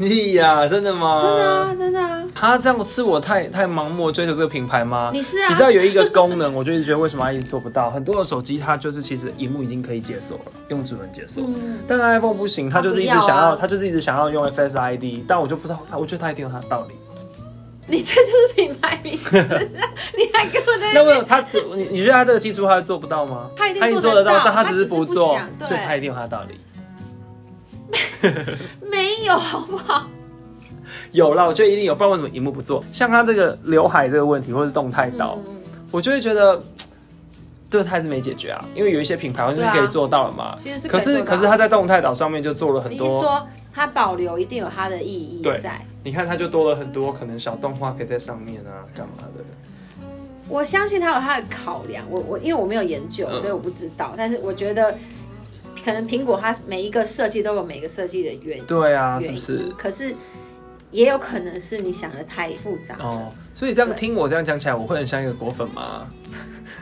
[SPEAKER 2] 你哎呀、真的吗？
[SPEAKER 1] 真的啊，真的啊，
[SPEAKER 2] 他这样是我太太盲目追求这个品牌吗？
[SPEAKER 1] 你是
[SPEAKER 2] 你知道
[SPEAKER 1] 啊，
[SPEAKER 2] 有一个功能，我就一直觉得为什么它一直做不到？很多的手机它就是其实荧幕已经可以解锁了，用指纹解锁。
[SPEAKER 1] 嗯，
[SPEAKER 2] 但 iPhone 不行，它就是一直
[SPEAKER 1] 它不要
[SPEAKER 2] 想
[SPEAKER 1] 啊
[SPEAKER 2] 要，它就是一直想要用 FSID，但我就不知道，它我觉得它一定有它的道理。
[SPEAKER 1] 你这就是品牌名字，啊你还跟我在
[SPEAKER 2] 那么它，你你觉得它这个技术它做不到吗？
[SPEAKER 1] 它一定
[SPEAKER 2] 它一定
[SPEAKER 1] 做
[SPEAKER 2] 做
[SPEAKER 1] 得
[SPEAKER 2] 得
[SPEAKER 1] 到
[SPEAKER 2] 到，但它
[SPEAKER 1] 它
[SPEAKER 2] 只
[SPEAKER 1] 只
[SPEAKER 2] 是
[SPEAKER 1] 是
[SPEAKER 2] 不
[SPEAKER 1] 不
[SPEAKER 2] 做
[SPEAKER 1] 想，对
[SPEAKER 2] 所以它一定有它的道理。
[SPEAKER 1] 没有好不好？
[SPEAKER 2] 有啦，我觉得一定有，不然为什么荧幕不做？像它这个刘海这个问题，或是动态岛，
[SPEAKER 1] 嗯，
[SPEAKER 2] 我就会觉得，嘖这个它还是没解决啊。因为有一些品牌好像是可
[SPEAKER 1] 对啊
[SPEAKER 2] 以做到了嘛，
[SPEAKER 1] 其实是
[SPEAKER 2] 可
[SPEAKER 1] 以
[SPEAKER 2] 是
[SPEAKER 1] 做
[SPEAKER 2] 可是
[SPEAKER 1] 到
[SPEAKER 2] 它在动态岛上面就做了
[SPEAKER 1] 的
[SPEAKER 2] 很
[SPEAKER 1] 你是
[SPEAKER 2] 多，
[SPEAKER 1] 说它保留一定有它的意义
[SPEAKER 2] 对
[SPEAKER 1] 在。
[SPEAKER 2] 你看它就多了很多可能小动画可以在上面啊，干嘛的。
[SPEAKER 1] 我相信他有他的考量，我我因为我没有研究，
[SPEAKER 2] 嗯
[SPEAKER 1] 所以我不知道。但是我觉得，可能苹果它每一个设计都有每个设计的原
[SPEAKER 2] 对啊，是
[SPEAKER 1] 原
[SPEAKER 2] 不
[SPEAKER 1] 因，
[SPEAKER 2] 是？
[SPEAKER 1] 可是也有可能是你想的太复杂了，
[SPEAKER 2] 哦，所以这样
[SPEAKER 1] 对
[SPEAKER 2] 听我这样讲起来，我会很像一个果粉吗？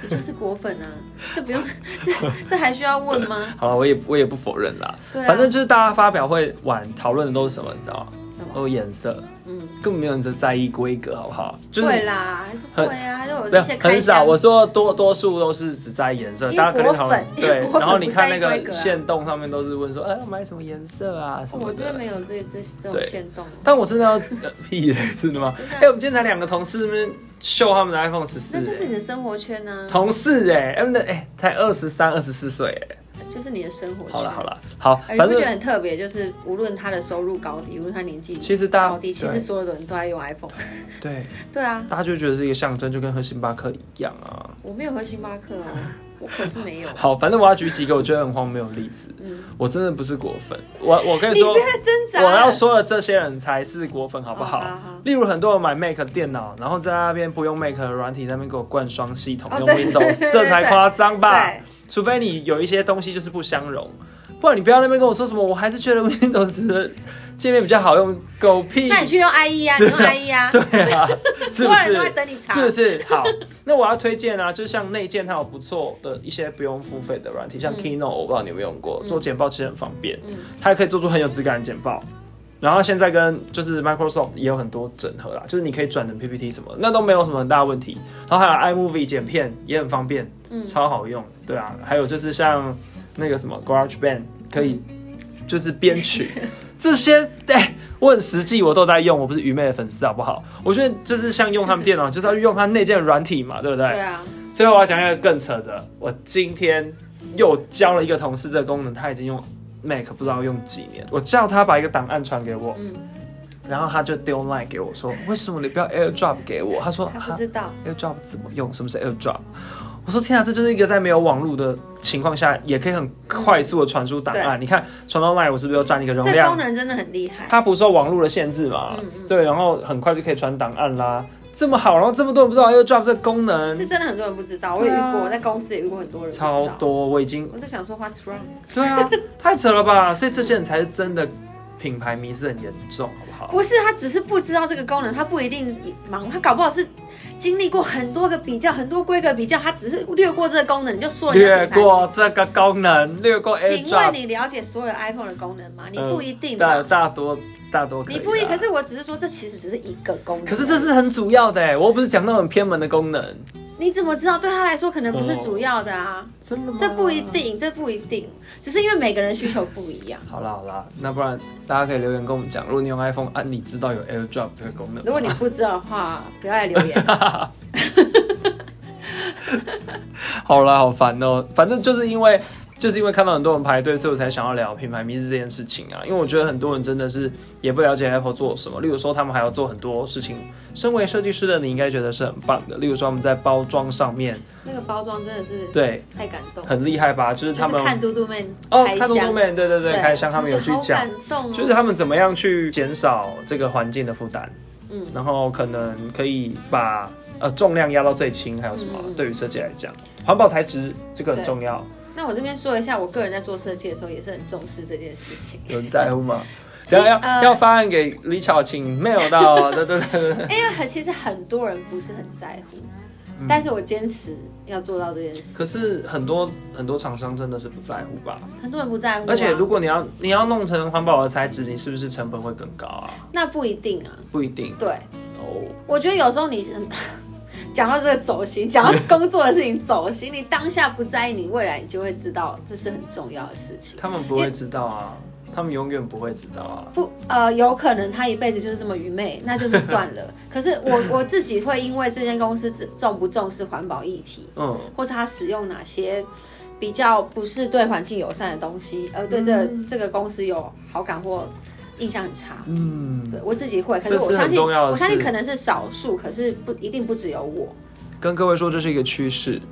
[SPEAKER 1] 你就是果粉 啊，这不用，这这还需要问吗？
[SPEAKER 2] 好了，我也我也不否认啦。
[SPEAKER 1] 对啊，
[SPEAKER 2] 反正就是大家发表会晚讨论的都是什么，你知道吗？
[SPEAKER 1] 什么
[SPEAKER 2] 都是颜色，
[SPEAKER 1] 嗯，
[SPEAKER 2] 根本没有人在在意规格，好不好？就是
[SPEAKER 1] 会啦，还是会啊，就有
[SPEAKER 2] 没有
[SPEAKER 1] 一些开
[SPEAKER 2] 很少，
[SPEAKER 1] 箱。
[SPEAKER 2] 我说多多数都是只在意颜色，
[SPEAKER 1] 因为
[SPEAKER 2] 大家可能讨论
[SPEAKER 1] 果粉因为
[SPEAKER 2] 对
[SPEAKER 1] 果。粉
[SPEAKER 2] 然后你看那
[SPEAKER 1] 不在意
[SPEAKER 2] 个
[SPEAKER 1] 规格啊哦
[SPEAKER 2] 线动上面都是问说，哎，要买什么颜色啊什么
[SPEAKER 1] 我这边
[SPEAKER 2] 的。
[SPEAKER 1] 没有这这这种
[SPEAKER 2] 对
[SPEAKER 1] 限动，
[SPEAKER 2] 但我真的要 呃屁嘞，真的吗？
[SPEAKER 1] 真的
[SPEAKER 2] 哎、我们今天才两个同事那边秀他们的 iPhone 十四、
[SPEAKER 1] 那就是你的生活圈啊呢、
[SPEAKER 2] 同事哎、他们的哎、才二十三、二十四岁哎。
[SPEAKER 1] 就是你的生活圈。
[SPEAKER 2] 好了好了，好，
[SPEAKER 1] 哎
[SPEAKER 2] 反
[SPEAKER 1] 你不觉得
[SPEAKER 2] 正
[SPEAKER 1] 很特别？就是无论他的收入高低，无论他年纪
[SPEAKER 2] 其实大
[SPEAKER 1] 高低，其实
[SPEAKER 2] 对
[SPEAKER 1] 所有的人都在用 iPhone。
[SPEAKER 2] 对
[SPEAKER 1] 对啊，
[SPEAKER 2] 大家就觉得是一个象征，就跟喝星巴克一样啊。
[SPEAKER 1] 我没有喝星巴克哦，我可是没有。
[SPEAKER 2] 好，反正我要举几个我觉得很荒谬的例子。
[SPEAKER 1] 嗯，
[SPEAKER 2] 我真的不是果粉，我我 跟你
[SPEAKER 1] 你
[SPEAKER 2] 说
[SPEAKER 1] 不，要挣扎
[SPEAKER 2] 我
[SPEAKER 1] 了。
[SPEAKER 2] 要说的这些人才是果粉，好不好？
[SPEAKER 1] 好好好
[SPEAKER 2] 例如很多人买 Mac 电脑，然后在那边不用 Mac 的软体，在那边给我灌双系统
[SPEAKER 1] 哦
[SPEAKER 2] 用
[SPEAKER 1] 对对对
[SPEAKER 2] Windows，
[SPEAKER 1] 对
[SPEAKER 2] 这才夸张吧？
[SPEAKER 1] 对，
[SPEAKER 2] 除非你有一些东西就是不相容，不然你不要那边跟我说什么，我还是觉得 Windows 的界面比较好用，狗屁！
[SPEAKER 1] 那你去用 IE 啊，你用 IE 啊，
[SPEAKER 2] 对 啊，是
[SPEAKER 1] 所
[SPEAKER 2] 不
[SPEAKER 1] 有人
[SPEAKER 2] 是
[SPEAKER 1] 都？在等你查
[SPEAKER 2] 是。不是？好，那我要推荐啊，就是像内建它有不错的一些不用付费的软体，像
[SPEAKER 1] 嗯
[SPEAKER 2] Keynote，我不知道你有没有用过，
[SPEAKER 1] 嗯
[SPEAKER 2] 做简报其实很方便，
[SPEAKER 1] 嗯
[SPEAKER 2] 它也可以做出很有质感的简报。然后现在跟就是 Microsoft 也有很多整合啦，就是你可以转成 PPT 什么的，那都没有什么很大的问题。然后还有 iMovie 剪片也很方便，
[SPEAKER 1] 嗯
[SPEAKER 2] 超好用，对啊。还有就是像那个什么 GarageBand 可以就是编 曲，这些哎、我很实际，我都在用，我不是愚昧的粉丝好不好？我觉得就是像用他们 电脑，就是要用它内建软体嘛，对不对？
[SPEAKER 1] 对啊，
[SPEAKER 2] 最后我要讲一个更扯的，我今天又教了一个同事这个功能，他已经用 Mac 不知道用几年，我叫他把一个档案传给我，
[SPEAKER 1] 嗯，
[SPEAKER 2] 然后他就丢 Line 给我 说，为什么你不要 AirDrop 给我？他说
[SPEAKER 1] 他
[SPEAKER 2] 哈
[SPEAKER 1] 不知道，
[SPEAKER 2] AirDrop 怎么用？什么是 AirDrop？我说天啊，这就是一个在没有网络的情况下，也可以很快速的传输档案。你看传到 Line，我是不是又占一个容
[SPEAKER 1] 嗯这
[SPEAKER 2] 量
[SPEAKER 1] 功？能真的很厉害。
[SPEAKER 2] 它不受网络的限制嘛？
[SPEAKER 1] 嗯嗯
[SPEAKER 2] 对，然后很快就可以传档案啦。这么好，然后这么多人不知道 AirDrop 这个功能
[SPEAKER 1] 是，真的很多人不知道，我也遇
[SPEAKER 2] 对啊
[SPEAKER 1] 过，我在公司也遇过很多人不知道
[SPEAKER 2] 超。多，我已经
[SPEAKER 1] 我就想说 What's wrong？
[SPEAKER 2] 对啊，太扯了吧！所以这些人才是真的品牌迷失很严重，好不好？
[SPEAKER 1] 不是，他只是不知道这个功能，他不一定忙，他搞不好是经历过很多个比较、很多规格比较，他只是略过这个功能，你就说人家
[SPEAKER 2] 略
[SPEAKER 1] 品牌
[SPEAKER 2] 过这个功能，略过
[SPEAKER 1] 请问
[SPEAKER 2] AirDrop，
[SPEAKER 1] 你了解所有 iPhone 的功能吗？你
[SPEAKER 2] 嗯
[SPEAKER 1] 不一定吧，
[SPEAKER 2] 大大多大多可以
[SPEAKER 1] 你
[SPEAKER 2] 啦。
[SPEAKER 1] 不一定。可是我只是说，这其实只是一个功能。
[SPEAKER 2] 欸可是这是很主要的哎，我又不是讲那种偏门的功能，
[SPEAKER 1] 你怎么知道？对他来说可能不是主要的啊，
[SPEAKER 2] 真的吗？
[SPEAKER 1] 这不一。定，这不一定，只是因为每个人需求不一样。
[SPEAKER 2] 好啦好啦，那不然大家可以留言跟我们讲，如果你用 iPhone 啊，你知道有 AirDrop 这个功能吗？
[SPEAKER 1] 如果你不知道的话，不要来留言。
[SPEAKER 2] 好啦，好烦哦、反正就是因为就是因为看到很多人排队，所以我才想要聊品牌迷思这件事情啊。因为我觉得很多人真的是也不了解 Apple 做了什么，例如说他们还要做很多事情。身为设计师的你应该觉得是很棒的，例如说他们在包装上面，
[SPEAKER 1] 那个包装真的是
[SPEAKER 2] 对，
[SPEAKER 1] 太感动，
[SPEAKER 2] 很厉害吧？就是
[SPEAKER 1] 就
[SPEAKER 2] 他
[SPEAKER 1] 是
[SPEAKER 2] 们
[SPEAKER 1] 看嘟嘟妹
[SPEAKER 2] 哦，
[SPEAKER 1] 开
[SPEAKER 2] 看
[SPEAKER 1] 箱，
[SPEAKER 2] 动动面对对对，开箱他们有去
[SPEAKER 1] 就是好
[SPEAKER 2] 讲
[SPEAKER 1] 感。动、哦，
[SPEAKER 2] 就是他们怎么样去减少这个环境的负担，
[SPEAKER 1] 嗯，
[SPEAKER 2] 然后可能可以把呃重量压到最轻，还有什么？
[SPEAKER 1] 嗯嗯嗯
[SPEAKER 2] 对于设计来讲，环保材质这个很
[SPEAKER 1] 对
[SPEAKER 2] 重要，
[SPEAKER 1] 那我这边说一下，我个人在做设计的时候也是很重视这件事情。
[SPEAKER 2] 有人在乎吗？
[SPEAKER 1] 其
[SPEAKER 2] 然后要、
[SPEAKER 1] 呃
[SPEAKER 2] 要发案给李巧，请 mail 到，对对对对，
[SPEAKER 1] 因为哎很其实很多人不是很在乎，
[SPEAKER 2] 嗯
[SPEAKER 1] 但是我坚持要做到这件事。
[SPEAKER 2] 可是很多很多厂商真的是不在乎吧？
[SPEAKER 1] 很多人不在乎啊、
[SPEAKER 2] 而且如果你要你要弄成环保的材质，你是不是成本会更高啊？
[SPEAKER 1] 那不一定啊。
[SPEAKER 2] 不一定
[SPEAKER 1] 对，
[SPEAKER 2] 哦。
[SPEAKER 1] 我觉得有时候你是 讲到这个走心，讲到工作的事情走心，你当下不在意，你未来你就会知道这是很重要的事情。
[SPEAKER 2] 他们不会知道啊，他们永远不会知道啊。
[SPEAKER 1] 不，呃，有可能他一辈子就是这么愚昧，那就是算 了。可是我我自己会因为这间公司重不重视环保议题，
[SPEAKER 2] 嗯，
[SPEAKER 1] 或是他使用哪些比较不是对环境友善的东西，呃，对这、这个公司有好感或印象很差。
[SPEAKER 2] 嗯，
[SPEAKER 1] 对我自己会，可
[SPEAKER 2] 这
[SPEAKER 1] 是
[SPEAKER 2] 是
[SPEAKER 1] 我相
[SPEAKER 2] 很
[SPEAKER 1] 信，
[SPEAKER 2] 重要的
[SPEAKER 1] 我相信
[SPEAKER 2] 事
[SPEAKER 1] 可能是少数，可是不一定不只有我。
[SPEAKER 2] 跟各位说这是一个趋势。
[SPEAKER 1] 嗯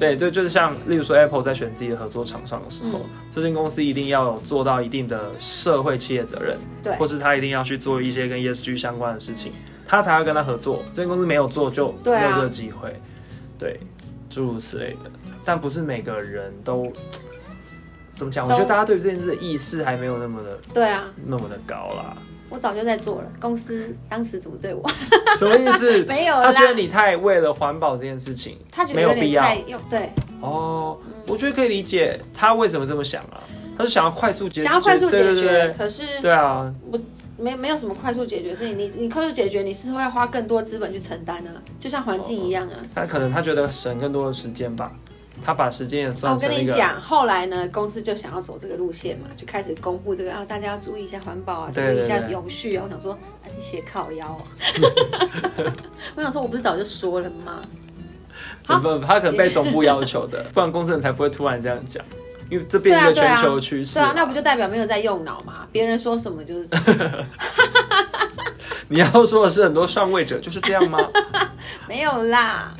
[SPEAKER 2] 对对，就是像例如说 Apple 在选自己的合作厂商的时候，
[SPEAKER 1] 嗯
[SPEAKER 2] 这间公司一定要有做到一定的社会企业责任，
[SPEAKER 1] 对
[SPEAKER 2] 或是他一定要去做一些跟 ESG 相关的事情，他才会跟他合作。这间公司没有做就
[SPEAKER 1] 对
[SPEAKER 2] 没
[SPEAKER 1] 啊
[SPEAKER 2] 有这个机会，对，诸如此类的。但不是每个人都怎么讲？我
[SPEAKER 1] 都
[SPEAKER 2] 觉得大家对这件事的意识还没有那么的
[SPEAKER 1] 对啊，
[SPEAKER 2] 那么的高 啦。
[SPEAKER 1] 我早就在做了，公司当时怎么对我？
[SPEAKER 2] 什么意思？
[SPEAKER 1] 没有
[SPEAKER 2] 他
[SPEAKER 1] 啦
[SPEAKER 2] 觉得你太为了环保这件事情，
[SPEAKER 1] 他觉得
[SPEAKER 2] 没有
[SPEAKER 1] 有
[SPEAKER 2] 必
[SPEAKER 1] 点
[SPEAKER 2] 要
[SPEAKER 1] 太用对，
[SPEAKER 2] 哦，
[SPEAKER 1] 嗯
[SPEAKER 2] 我觉得可以理解他为什么这么想啊，他是想要快速解，
[SPEAKER 1] 想要快速解
[SPEAKER 2] 对对对
[SPEAKER 1] 决，可是
[SPEAKER 2] 对对啊，
[SPEAKER 1] 没没有什么快速解决的事情，你你快速解决，你是会花更多资本去承担啊，就像环
[SPEAKER 2] 哦
[SPEAKER 1] 境一样啊。
[SPEAKER 2] 他可能他觉得省更多的时间吧，他把时间也
[SPEAKER 1] 啊，
[SPEAKER 2] 算
[SPEAKER 1] 我跟
[SPEAKER 2] 成一
[SPEAKER 1] 你
[SPEAKER 2] 个，
[SPEAKER 1] 讲，后来呢，公司就想要走这个路线嘛，就开始公布这个啊，大家要注意一下环保啊，注
[SPEAKER 2] 对
[SPEAKER 1] 意一下
[SPEAKER 2] 对对
[SPEAKER 1] 永续啊。我想说，啊、你写靠腰、 啊，我想说，我不是早就说了吗？好
[SPEAKER 2] 不，他可能被总部要求的，不 然公司人才不会突然这样讲，因为这变成一个
[SPEAKER 1] 对啊对啊
[SPEAKER 2] 全球趋势
[SPEAKER 1] 对啊，那
[SPEAKER 2] 了。
[SPEAKER 1] 不就代表没有在用脑嘛？别人说什么就是什么，
[SPEAKER 2] 你要说的是很多上位者就是这样 吗？
[SPEAKER 1] 没有啦，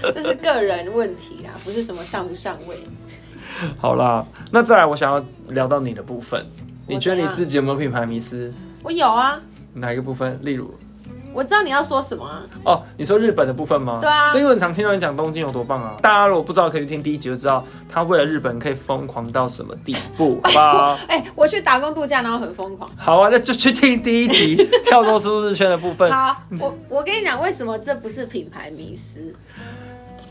[SPEAKER 1] 这是个人问题啦，不是什么上不上位。
[SPEAKER 2] 好啦，那再来我想要聊到你的部分，你觉得
[SPEAKER 1] 我怎
[SPEAKER 2] 你
[SPEAKER 1] 样
[SPEAKER 2] 自己有没有品牌迷思？
[SPEAKER 1] 我有啊，
[SPEAKER 2] 哪一个部分？例如
[SPEAKER 1] 我知道你要说什么啊。
[SPEAKER 2] 哦，你说日本的部分吗？
[SPEAKER 1] 对啊
[SPEAKER 2] 对，因为很常听到你讲东京有多棒啊。大家如果不知道，可以去听第一集就知道他为了日本可以疯狂到什么地 步，好不好？
[SPEAKER 1] 哎、我去打工度假，然后很疯狂。
[SPEAKER 2] 好啊，那就去听第一集 跳脱舒适圈的部分。
[SPEAKER 1] 好，我我跟你讲，为什么这不是品牌迷思？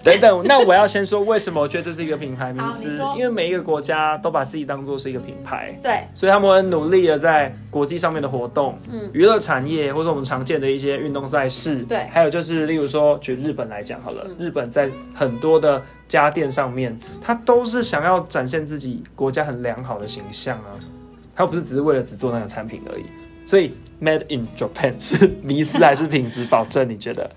[SPEAKER 2] 等等，那我要先说为什么我觉得这是一个品牌名
[SPEAKER 1] 好你
[SPEAKER 2] 词
[SPEAKER 1] 说，
[SPEAKER 2] 因为每一个国家都把自己当做是一个品牌。
[SPEAKER 1] 对，
[SPEAKER 2] 所以他们很努力的在国际上面的活动，
[SPEAKER 1] 嗯
[SPEAKER 2] 嗯，娱乐产业或者我们常见的一些运动赛事，
[SPEAKER 1] 对
[SPEAKER 2] 还有就是例如说举日本来讲好了，日本在很多的家电上面，它都是想要展现自己国家很良好的形象啊，它不是只是为了只做那个产品而已。所以 Made in Japan 是迷思还是品质保证？你觉得？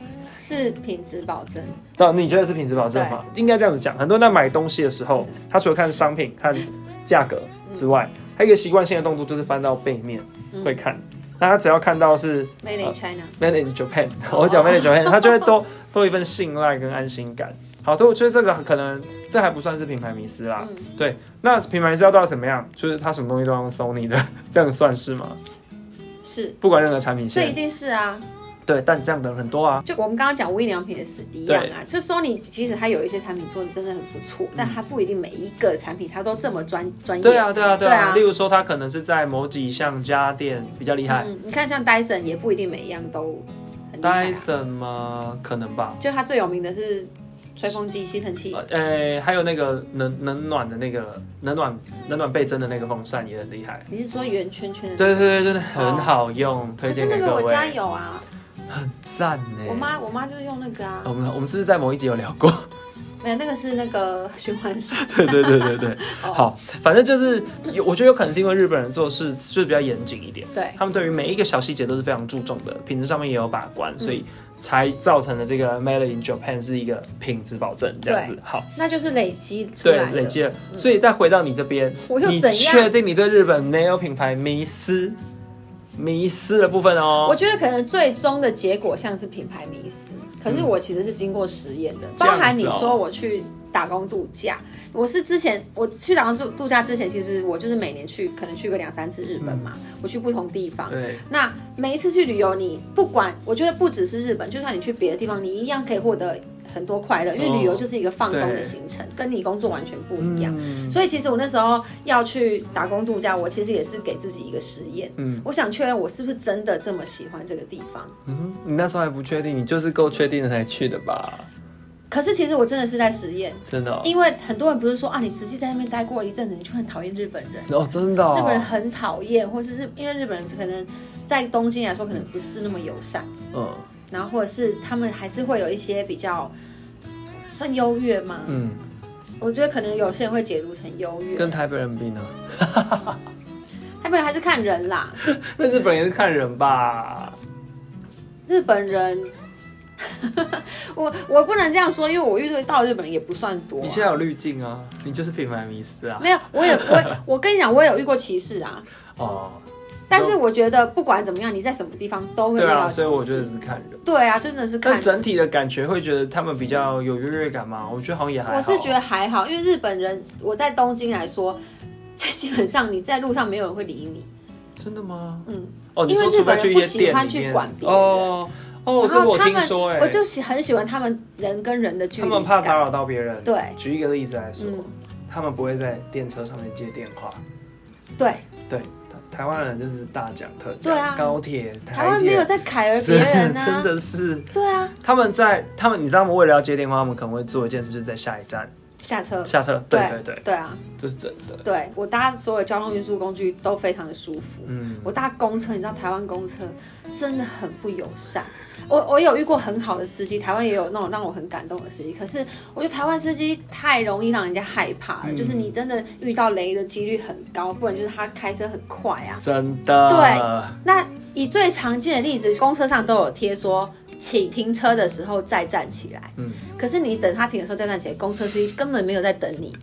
[SPEAKER 1] 是品质保证。
[SPEAKER 2] 到你觉得是品质保证吗？应该这样子讲，很多人在买东西的时候，他除了看商品、看价格之外，还有一个习惯性的动作就是翻到背面
[SPEAKER 1] 嗯
[SPEAKER 2] 会看。那他只要看到啊是
[SPEAKER 1] Made in China，、
[SPEAKER 2] Made in Japan，我讲 Made in Japan，他就会多 多一份信赖跟安心感。好，所以我觉得这个可能这还不算是品牌迷思啦。
[SPEAKER 1] 嗯
[SPEAKER 2] 对，那品牌迷思要到怎么样？就是他什么东西都要用 Sony 的，这样算是吗？
[SPEAKER 1] 是，
[SPEAKER 2] 不管任何产品
[SPEAKER 1] 这一
[SPEAKER 2] 线，
[SPEAKER 1] 定是啊。
[SPEAKER 2] 对，但这样的人很多啊。
[SPEAKER 1] 就我们刚刚讲无印良品也是一样啊，就 Sony 其实它有一些产品做的真的很不错，但它不一定每一个产品它都这么专专业。
[SPEAKER 2] 嗯对啊，对啊，对
[SPEAKER 1] 对
[SPEAKER 2] 啊。
[SPEAKER 1] 啊
[SPEAKER 2] 例如说，他可能是在某几项家电比较厉害
[SPEAKER 1] 嗯，你看像 Dyson 也不一定每一样都很厉害、啊，
[SPEAKER 2] ，Dyson 吗？可能吧。
[SPEAKER 1] 就它最有名的是吹风机、吸尘器。
[SPEAKER 2] 呃，还有那个冷冷暖的那个冷暖冷暖倍增的那个风扇也很厉害。
[SPEAKER 1] 你是说圆圈圈的？
[SPEAKER 2] 对对对，真的很好用，推
[SPEAKER 1] 哦可是
[SPEAKER 2] 荐
[SPEAKER 1] 那
[SPEAKER 2] 给
[SPEAKER 1] 个
[SPEAKER 2] 各
[SPEAKER 1] 我家
[SPEAKER 2] 位。
[SPEAKER 1] 有啊，
[SPEAKER 2] 很赞呢。
[SPEAKER 1] 我妈我妈就是用那个啊
[SPEAKER 2] 啊，我们我们是不是在某一集有聊过？
[SPEAKER 1] 没有那个是那个 循环扇。
[SPEAKER 2] 对对对对对，
[SPEAKER 1] 哦，
[SPEAKER 2] 好，反正就是有，我觉得有可能是因为日本人做事就是比较严谨一点，
[SPEAKER 1] 对
[SPEAKER 2] 他们对于每一个小细节都是非常注重的，品质上面也有把关，所以
[SPEAKER 1] 嗯
[SPEAKER 2] 才造成了这个 Made in Japan 是一个品质保证这样子。好，
[SPEAKER 1] 那就是累积出
[SPEAKER 2] 对
[SPEAKER 1] 来，的。嗯
[SPEAKER 2] 累积了，所以再回到你这边，
[SPEAKER 1] 我又
[SPEAKER 2] 你
[SPEAKER 1] 怎样
[SPEAKER 2] 确定你对日本没有品牌迷失？迷失的部分
[SPEAKER 1] 我
[SPEAKER 2] 哦，
[SPEAKER 1] 觉得可能最终的结果像是品牌迷思，可是我其实是经过实验的，
[SPEAKER 2] 嗯这样子
[SPEAKER 1] 包
[SPEAKER 2] 哦
[SPEAKER 1] 含你说我去打工度假，我是之前我去打工度度假之前，其实我就是每年去可能去个两三次日本嘛，我去不同地方。
[SPEAKER 2] 嗯对，
[SPEAKER 1] 那每一次去旅游，你不管，我觉得不只是日本，就算你去别的地方，你一样可以获得很多快乐，因为旅游就是一个放松
[SPEAKER 2] 哦对
[SPEAKER 1] 的行程，跟你工作完全不一样。
[SPEAKER 2] 嗯
[SPEAKER 1] 所以其实我那时候要去打工度假，我其实也是给自己一个实验，
[SPEAKER 2] 嗯
[SPEAKER 1] 我想确认我是不是真的这么喜欢这个地方。
[SPEAKER 2] 嗯，你那时候还不确定，你就是够确定了才去的吧？
[SPEAKER 1] 可是其实我真的是在实验，
[SPEAKER 2] 真的哦，
[SPEAKER 1] 因为很多人不是说啊，你实际在那边待过一阵子，你就很讨厌日本人，
[SPEAKER 2] 哦，真的哦，
[SPEAKER 1] 日本人很讨厌，或是日因为日本人可能在东京来啊说可能不是那么友善，
[SPEAKER 2] 嗯
[SPEAKER 1] 然后或者是他们还是会有一些比较算优越吗？
[SPEAKER 2] 嗯，
[SPEAKER 1] 我觉得可能有些人会解读成优越，
[SPEAKER 2] 跟台北人比呢？
[SPEAKER 1] 他本人还是看人啦，
[SPEAKER 2] 那日本也是看人吧？
[SPEAKER 1] 日本人。 我我不能这样说，因为我遇到日本人也不算多啊、
[SPEAKER 2] 你现在有滤镜啊，你就是品牌迷失啊。
[SPEAKER 1] 没有，我也 我我跟你讲，我也有遇过歧视啊。
[SPEAKER 2] 哦，
[SPEAKER 1] 但是我觉得不管怎么样，你在什么地方都会遇
[SPEAKER 2] 对啊，
[SPEAKER 1] 到歧视。
[SPEAKER 2] 所以我觉得是看人。
[SPEAKER 1] 对啊，真的是看
[SPEAKER 2] 但。整体的感觉会觉得他们比较有优越感吗？我觉得好像也还好。啊
[SPEAKER 1] 我是觉得还好，因为日本人，我在东京来说， 这基本上你在路上没有人会理你。
[SPEAKER 2] 真的吗？
[SPEAKER 1] 嗯，
[SPEAKER 2] 哦，你
[SPEAKER 1] 因为
[SPEAKER 2] 说除非去一些
[SPEAKER 1] 日
[SPEAKER 2] 店
[SPEAKER 1] 本
[SPEAKER 2] 里
[SPEAKER 1] 人不喜欢去
[SPEAKER 2] 面
[SPEAKER 1] 管别人
[SPEAKER 2] 哦哦，
[SPEAKER 1] 然
[SPEAKER 2] 这个
[SPEAKER 1] 后
[SPEAKER 2] 我
[SPEAKER 1] 他
[SPEAKER 2] 听
[SPEAKER 1] 们，
[SPEAKER 2] 说哎、
[SPEAKER 1] 我就喜很喜欢他们人跟人的距
[SPEAKER 2] 他
[SPEAKER 1] 离
[SPEAKER 2] 们怕打
[SPEAKER 1] 感。
[SPEAKER 2] 扰到别人。
[SPEAKER 1] 啊对，
[SPEAKER 2] 举一个例子来说，
[SPEAKER 1] 嗯
[SPEAKER 2] 他们不会在电车上面接电话。
[SPEAKER 1] 对，
[SPEAKER 2] 对，台台湾人就是大讲特讲，
[SPEAKER 1] 对啊
[SPEAKER 2] 高铁、
[SPEAKER 1] 台湾没有
[SPEAKER 2] 铁，
[SPEAKER 1] 在凯尔别
[SPEAKER 2] 真
[SPEAKER 1] 人啊呢、
[SPEAKER 2] 真的是。
[SPEAKER 1] 对啊，
[SPEAKER 2] 他们在他们，你知道吗？为了要接电话，他们可能会做一件事，就是在下一站
[SPEAKER 1] 下车。
[SPEAKER 2] 下车。对对对，
[SPEAKER 1] 呃对啊，
[SPEAKER 2] 这是真的。
[SPEAKER 1] 对我搭所有交通运输工具都非常的舒服。
[SPEAKER 2] 嗯，
[SPEAKER 1] 我搭公车，你知道台湾公车真的很不友善。我我有遇过很好的司机，台湾也有那种让我很感动的司机，可是我觉得台湾司机太容易让人家害怕了，
[SPEAKER 2] 嗯
[SPEAKER 1] 就是你真的遇到雷的几率很高，不然就是他开车很快啊。
[SPEAKER 2] 真的。对，
[SPEAKER 1] 那以最常见的例子，公车上都有贴说，请停车的时候再站起来。
[SPEAKER 2] 嗯，
[SPEAKER 1] 可是你等他停的时候再站起来，公车司机根本没有在等你，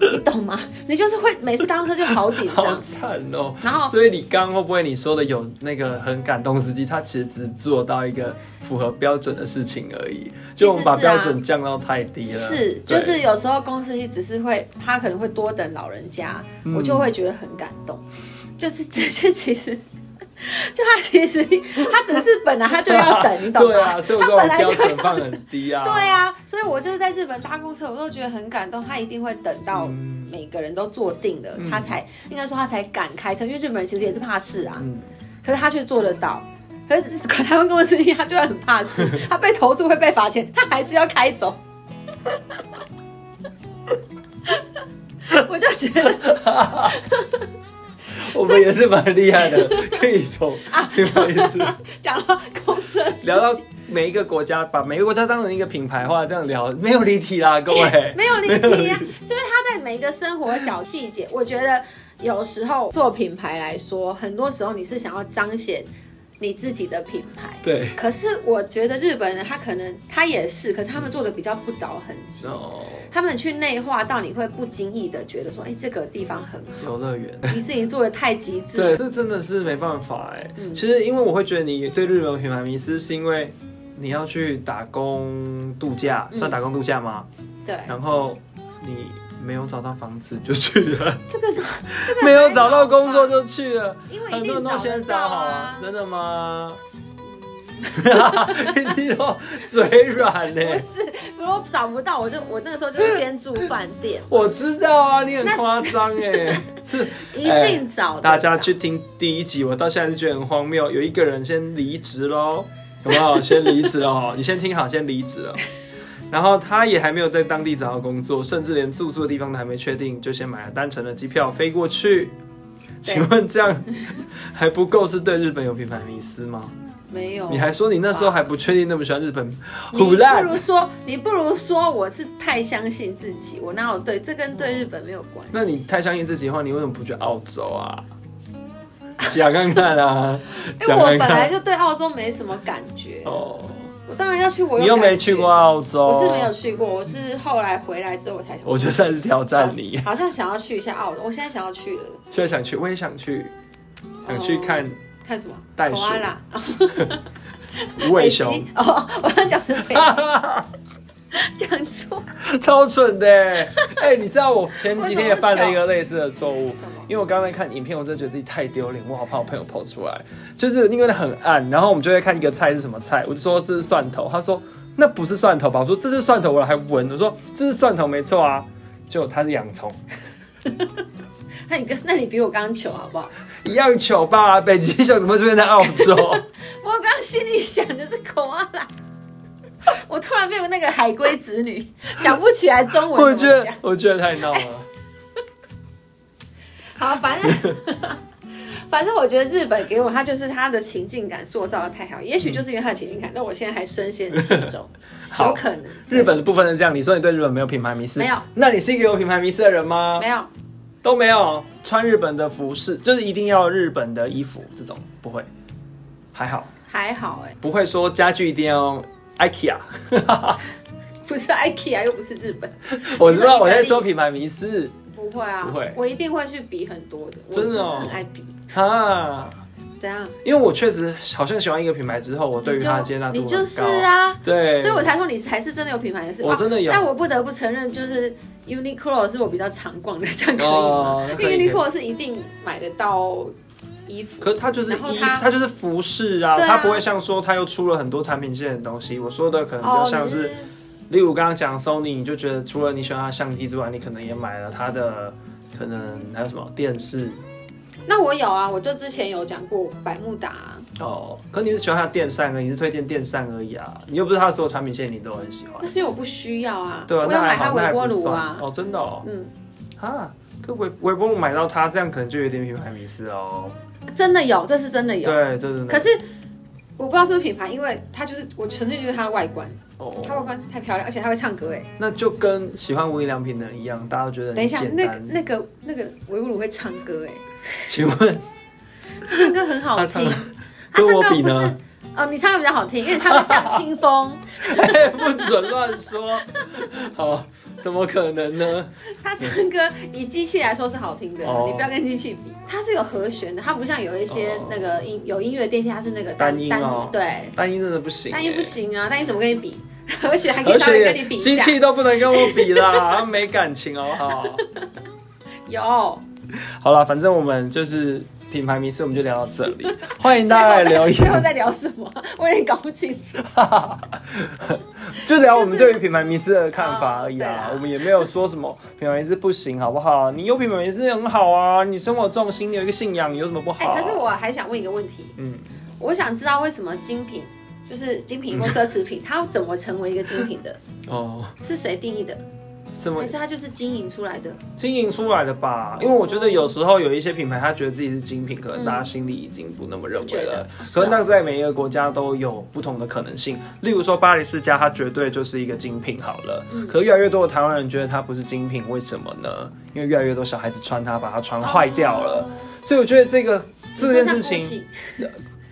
[SPEAKER 1] 你 懂吗？你就是会每次搭公车就好紧
[SPEAKER 2] 好
[SPEAKER 1] 张，
[SPEAKER 2] 惨哦。
[SPEAKER 1] 然后
[SPEAKER 2] 所以你刚刚会不会你说的有那个很感动司机，他其实只做到一个符合标准的事情而已，就我们把
[SPEAKER 1] 其实是啊
[SPEAKER 2] 标准降到太低了。
[SPEAKER 1] 是，
[SPEAKER 2] 对
[SPEAKER 1] 就是有时候公司只是会，他可能会多等老人家，
[SPEAKER 2] 嗯
[SPEAKER 1] 我就会觉得很感动。就是 这些其实，就他其实他只是本来他就要等，你懂吗？
[SPEAKER 2] 对啊，所以我说
[SPEAKER 1] 他
[SPEAKER 2] 我
[SPEAKER 1] 本来就
[SPEAKER 2] 标准放很低啊。
[SPEAKER 1] 对，啊，所以我就是在日本搭公车，我都觉得很感动。他一定会等到
[SPEAKER 2] 嗯
[SPEAKER 1] 每个人都坐定了，
[SPEAKER 2] 嗯
[SPEAKER 1] 他才应该说他才敢开车，因为日本人其实也是怕事啊，
[SPEAKER 2] 嗯，
[SPEAKER 1] 可是他却做得到。可是台湾公司一样，就会很怕事，他被投诉会被罚钱，他还是要开走。我就觉得啊
[SPEAKER 2] 我们也是蛮厉害的，可以从
[SPEAKER 1] 啊
[SPEAKER 2] 另外一次。
[SPEAKER 1] 讲到公车司机
[SPEAKER 2] 聊到每一个国家，把每个国家当成一个品牌化这样聊，没有离题啦，各位。
[SPEAKER 1] 没有离题啊，所以他在每一个生活小细节，我觉得有时候做品牌来说，很多时候你是想要彰显你自己的品牌。
[SPEAKER 2] 对，
[SPEAKER 1] 可是我觉得日本人他可能他也是，可是他们做的比较不着痕迹，
[SPEAKER 2] 哦，
[SPEAKER 1] 他们去内化到你会不经意的觉得说，哎、这个地方很 好。
[SPEAKER 2] 游乐园。
[SPEAKER 1] 迪士尼做的太极致。
[SPEAKER 2] 对，，这真的是没办法哎。
[SPEAKER 1] 嗯
[SPEAKER 2] 其实，因为我会觉得你对日本品牌迷思，是因为你要去打工度假，
[SPEAKER 1] 嗯
[SPEAKER 2] 算打工度假吗？
[SPEAKER 1] 对，
[SPEAKER 2] 然后你没有找到房子就去 了，
[SPEAKER 1] 这个这个
[SPEAKER 2] 没有找到工作
[SPEAKER 1] 还好
[SPEAKER 2] 就
[SPEAKER 1] 吧，
[SPEAKER 2] 去了。
[SPEAKER 1] 因为
[SPEAKER 2] 很
[SPEAKER 1] 一
[SPEAKER 2] 多
[SPEAKER 1] 定
[SPEAKER 2] 人都
[SPEAKER 1] 找得
[SPEAKER 2] 先
[SPEAKER 1] 到
[SPEAKER 2] 找好啊
[SPEAKER 1] 啊，。
[SPEAKER 2] 真的 吗？ 一听到嘴软呢、欸
[SPEAKER 1] 不是，如果找不到，我就我那个时候就是先住饭 店，
[SPEAKER 2] 我知道啊，你很夸张 哎，是
[SPEAKER 1] 一定找得到
[SPEAKER 2] 哎大家去听第一集，我到现在是觉得很荒谬。有一个人先离职喽，好不 好？先离职哦，你先听好，先离职了。哦然后他也还没有在当地找到工作，甚至连住宿的地方都还没确定，就先买了单程的机票飞过去。
[SPEAKER 1] 对
[SPEAKER 2] 请问这样还不够是对日本有品牌迷思吗？
[SPEAKER 1] 没有。
[SPEAKER 2] 你还说你那时候还不确定那么喜欢日本，
[SPEAKER 1] 哦你
[SPEAKER 2] 胡
[SPEAKER 1] 不
[SPEAKER 2] 烂
[SPEAKER 1] 如。说，你不如说我是太相信自己，我哪有对？这跟对日本没有关系。
[SPEAKER 2] 那你太相信自己的话，你为什么不去澳洲啊？讲看看啊，
[SPEAKER 1] 因为
[SPEAKER 2] 讲
[SPEAKER 1] 哎我
[SPEAKER 2] 看
[SPEAKER 1] 本来
[SPEAKER 2] 看。
[SPEAKER 1] 就对澳洲没什么感觉，
[SPEAKER 2] 哦，
[SPEAKER 1] 我当然要去。我
[SPEAKER 2] 你又
[SPEAKER 1] 有感
[SPEAKER 2] 没
[SPEAKER 1] 觉
[SPEAKER 2] 去过，哦澳洲，
[SPEAKER 1] 我是没有。去过，我是后来回来之后我才想。
[SPEAKER 2] 我就算是挑战你，
[SPEAKER 1] 好像想要去一下澳洲，我现在想要去了，
[SPEAKER 2] 现在想去，我也想去，想去看
[SPEAKER 1] 看什么？
[SPEAKER 2] 袋鼠
[SPEAKER 1] 孔阿啦，
[SPEAKER 2] 无尾熊
[SPEAKER 1] 北极。哦， 我想讲成北
[SPEAKER 2] 哈哈哈
[SPEAKER 1] 极，讲错。
[SPEAKER 2] 超蠢的欸！哎、你知道我前几天也犯了一个类似的错误
[SPEAKER 1] 什么，
[SPEAKER 2] 因为我刚才看影片，我真的觉得自己太丢脸，我好怕我朋友跑出来。就是因为很暗，然后我们就会看一个菜是什么菜，我就说这是蒜头，他说那不是蒜头吧？我说这是蒜头，我还闻，我说这是蒜头没错啊，结果它是洋葱，
[SPEAKER 1] 那你跟那你比我刚刚糗好不好？
[SPEAKER 2] 一样糗吧？北极熊怎么会出现在澳洲？
[SPEAKER 1] 我刚刚心里想的是孔阿啦，我突然变成那个海龟子女， 想不起来中
[SPEAKER 2] 我
[SPEAKER 1] 文
[SPEAKER 2] 觉
[SPEAKER 1] 怎
[SPEAKER 2] 得
[SPEAKER 1] 么讲。
[SPEAKER 2] 我觉得太闹了。
[SPEAKER 1] 好，反正 反正我觉得日本给我，它就是它的情境感塑造的太好，也许就是因为它的情境感，那我现在还深陷其中，有
[SPEAKER 2] 好，
[SPEAKER 1] 可能
[SPEAKER 2] 日本的部分是这样，你说你对日本没有品牌迷思，
[SPEAKER 1] 没有？
[SPEAKER 2] 那你是一个有品牌迷思的人吗？
[SPEAKER 1] 没有
[SPEAKER 2] 都没有穿日本的服饰，就是一定要日本的衣服这种不会，还好
[SPEAKER 1] 还好哎、
[SPEAKER 2] 不会说家具一定要用 IKEA。
[SPEAKER 1] 不是 IKEA 又不是日本，
[SPEAKER 2] 我知道我在说品牌迷思
[SPEAKER 1] 不会啊，
[SPEAKER 2] 不会
[SPEAKER 1] 我一定会去比很多的，我
[SPEAKER 2] 真的哦
[SPEAKER 1] 就是很爱比，
[SPEAKER 2] 啊，
[SPEAKER 1] 怎样？
[SPEAKER 2] 因为我确实好像喜欢一个品牌之后，我对于
[SPEAKER 1] 你就
[SPEAKER 2] 它的接纳度
[SPEAKER 1] 你
[SPEAKER 2] 很
[SPEAKER 1] 就
[SPEAKER 2] 高。
[SPEAKER 1] 是啊。
[SPEAKER 2] 对，
[SPEAKER 1] 所以我才说你才是真的有品牌的事，
[SPEAKER 2] 我啊
[SPEAKER 1] 哦
[SPEAKER 2] 真的有
[SPEAKER 1] 但我不得不承认，就是 Uniqlo 是我比较常逛的，这样可以
[SPEAKER 2] 哦
[SPEAKER 1] 吗？
[SPEAKER 2] 那可以
[SPEAKER 1] 因为 Uniqlo 是一定买得到衣服，
[SPEAKER 2] 可是它就是
[SPEAKER 1] 然后
[SPEAKER 2] 衣服，
[SPEAKER 1] 它
[SPEAKER 2] 它就是服饰啊，
[SPEAKER 1] 对啊
[SPEAKER 2] 它不会像说它又出了很多产品线的东西。我说的可能比较像是
[SPEAKER 1] 哦你，
[SPEAKER 2] 例如刚刚讲 Sony，你就觉得除了你喜欢它的相机之外，你可能也买了它的，可能还有什么电视，
[SPEAKER 1] 那我有啊，我就之前有讲过百慕达啊、
[SPEAKER 2] 哦，可你是喜欢它的电扇而已，你是推荐电扇而已啊，你又不是它的所有产品线你都很喜欢
[SPEAKER 1] 那。是因为我不需要啊，
[SPEAKER 2] 对啊，
[SPEAKER 1] 我有
[SPEAKER 2] 那还
[SPEAKER 1] 买它
[SPEAKER 2] 好，那
[SPEAKER 1] 微
[SPEAKER 2] 还
[SPEAKER 1] 波
[SPEAKER 2] 不
[SPEAKER 1] 炉
[SPEAKER 2] 算
[SPEAKER 1] 啊，
[SPEAKER 2] 哦，真的哦，
[SPEAKER 1] 嗯，
[SPEAKER 2] 啊，可微微波炉买到它，这样可能就有点品牌迷失哦。
[SPEAKER 1] 真的有，这是真的有。
[SPEAKER 2] 对，这真的。
[SPEAKER 1] 哎可是我不知道是不是品牌，因为它就是我纯粹就是它的外观，它外
[SPEAKER 2] 哦，
[SPEAKER 1] 观太漂亮，而且它会唱歌哎。
[SPEAKER 2] 那就跟喜欢无印良品的人一样，大家都觉得
[SPEAKER 1] 等
[SPEAKER 2] 很
[SPEAKER 1] 一下，
[SPEAKER 2] 简
[SPEAKER 1] 那个
[SPEAKER 2] 单。
[SPEAKER 1] 那个那个维吾鲁会唱歌 哎，
[SPEAKER 2] 请问
[SPEAKER 1] 唱歌很好
[SPEAKER 2] 他唱
[SPEAKER 1] 听。
[SPEAKER 2] 跟我比
[SPEAKER 1] 不是
[SPEAKER 2] 呢？
[SPEAKER 1] 哦，你唱的比较好听，因为你唱的像 清风，
[SPEAKER 2] 哎不准乱说。好，怎么可能呢？
[SPEAKER 1] 他唱歌以机器来说是好听的，
[SPEAKER 2] 哦
[SPEAKER 1] 你不要跟机器比，它是有和弦的，它不像有一些
[SPEAKER 2] 哦
[SPEAKER 1] 那个音有音乐的电器，它是那个
[SPEAKER 2] 单音
[SPEAKER 1] 单
[SPEAKER 2] 哦
[SPEAKER 1] 对，
[SPEAKER 2] 单音真的不行，
[SPEAKER 1] 单音不。行啊，单音怎么跟你比？ 和弦还可以
[SPEAKER 2] 而
[SPEAKER 1] 稍微跟你
[SPEAKER 2] 且
[SPEAKER 1] 比一
[SPEAKER 2] 机
[SPEAKER 1] 下，
[SPEAKER 2] 器都不能跟我比啦，它没感情好不好？
[SPEAKER 1] 有
[SPEAKER 2] 好了，反正我们就是品牌迷思，我们就聊到这里。欢迎大家来留
[SPEAKER 1] 最后
[SPEAKER 2] 言，
[SPEAKER 1] 在聊什么？ 我有点搞不清楚。
[SPEAKER 2] 就聊我们对于品牌迷思的看法而已
[SPEAKER 1] 哦对
[SPEAKER 2] 啊
[SPEAKER 1] 啦。
[SPEAKER 2] 我们也没有说什么品牌迷思不行，好不好？你有品牌迷思很好啊，你生活重心，你有一个信仰，有什么不
[SPEAKER 1] 哎、
[SPEAKER 2] 好？
[SPEAKER 1] 可是，我还想问一个问题，
[SPEAKER 2] 嗯，
[SPEAKER 1] 我想知道为什么精品，就是精品或奢侈品，它要怎么成为一个精品的？
[SPEAKER 2] 哦，
[SPEAKER 1] 是谁定义的？
[SPEAKER 2] 什么
[SPEAKER 1] 还是它就是经营出来的？
[SPEAKER 2] 经营出来的吧？因为我觉得有时候有一些品牌，他觉得自己是精品，可能大家心里已经不那么认
[SPEAKER 1] 不
[SPEAKER 2] 为
[SPEAKER 1] 觉
[SPEAKER 2] 了
[SPEAKER 1] 得。
[SPEAKER 2] 可能那个在每一个国家都有不同的可能性。例如说巴黎世家，它绝对就是一个精品好了。
[SPEAKER 1] 嗯
[SPEAKER 2] 可越来越多的台湾人觉得它不是精品，为什么呢？因为越来越多小孩子穿它，把它穿坏掉
[SPEAKER 1] 哦
[SPEAKER 2] 了。所以我觉得这个这件事情，
[SPEAKER 1] 情。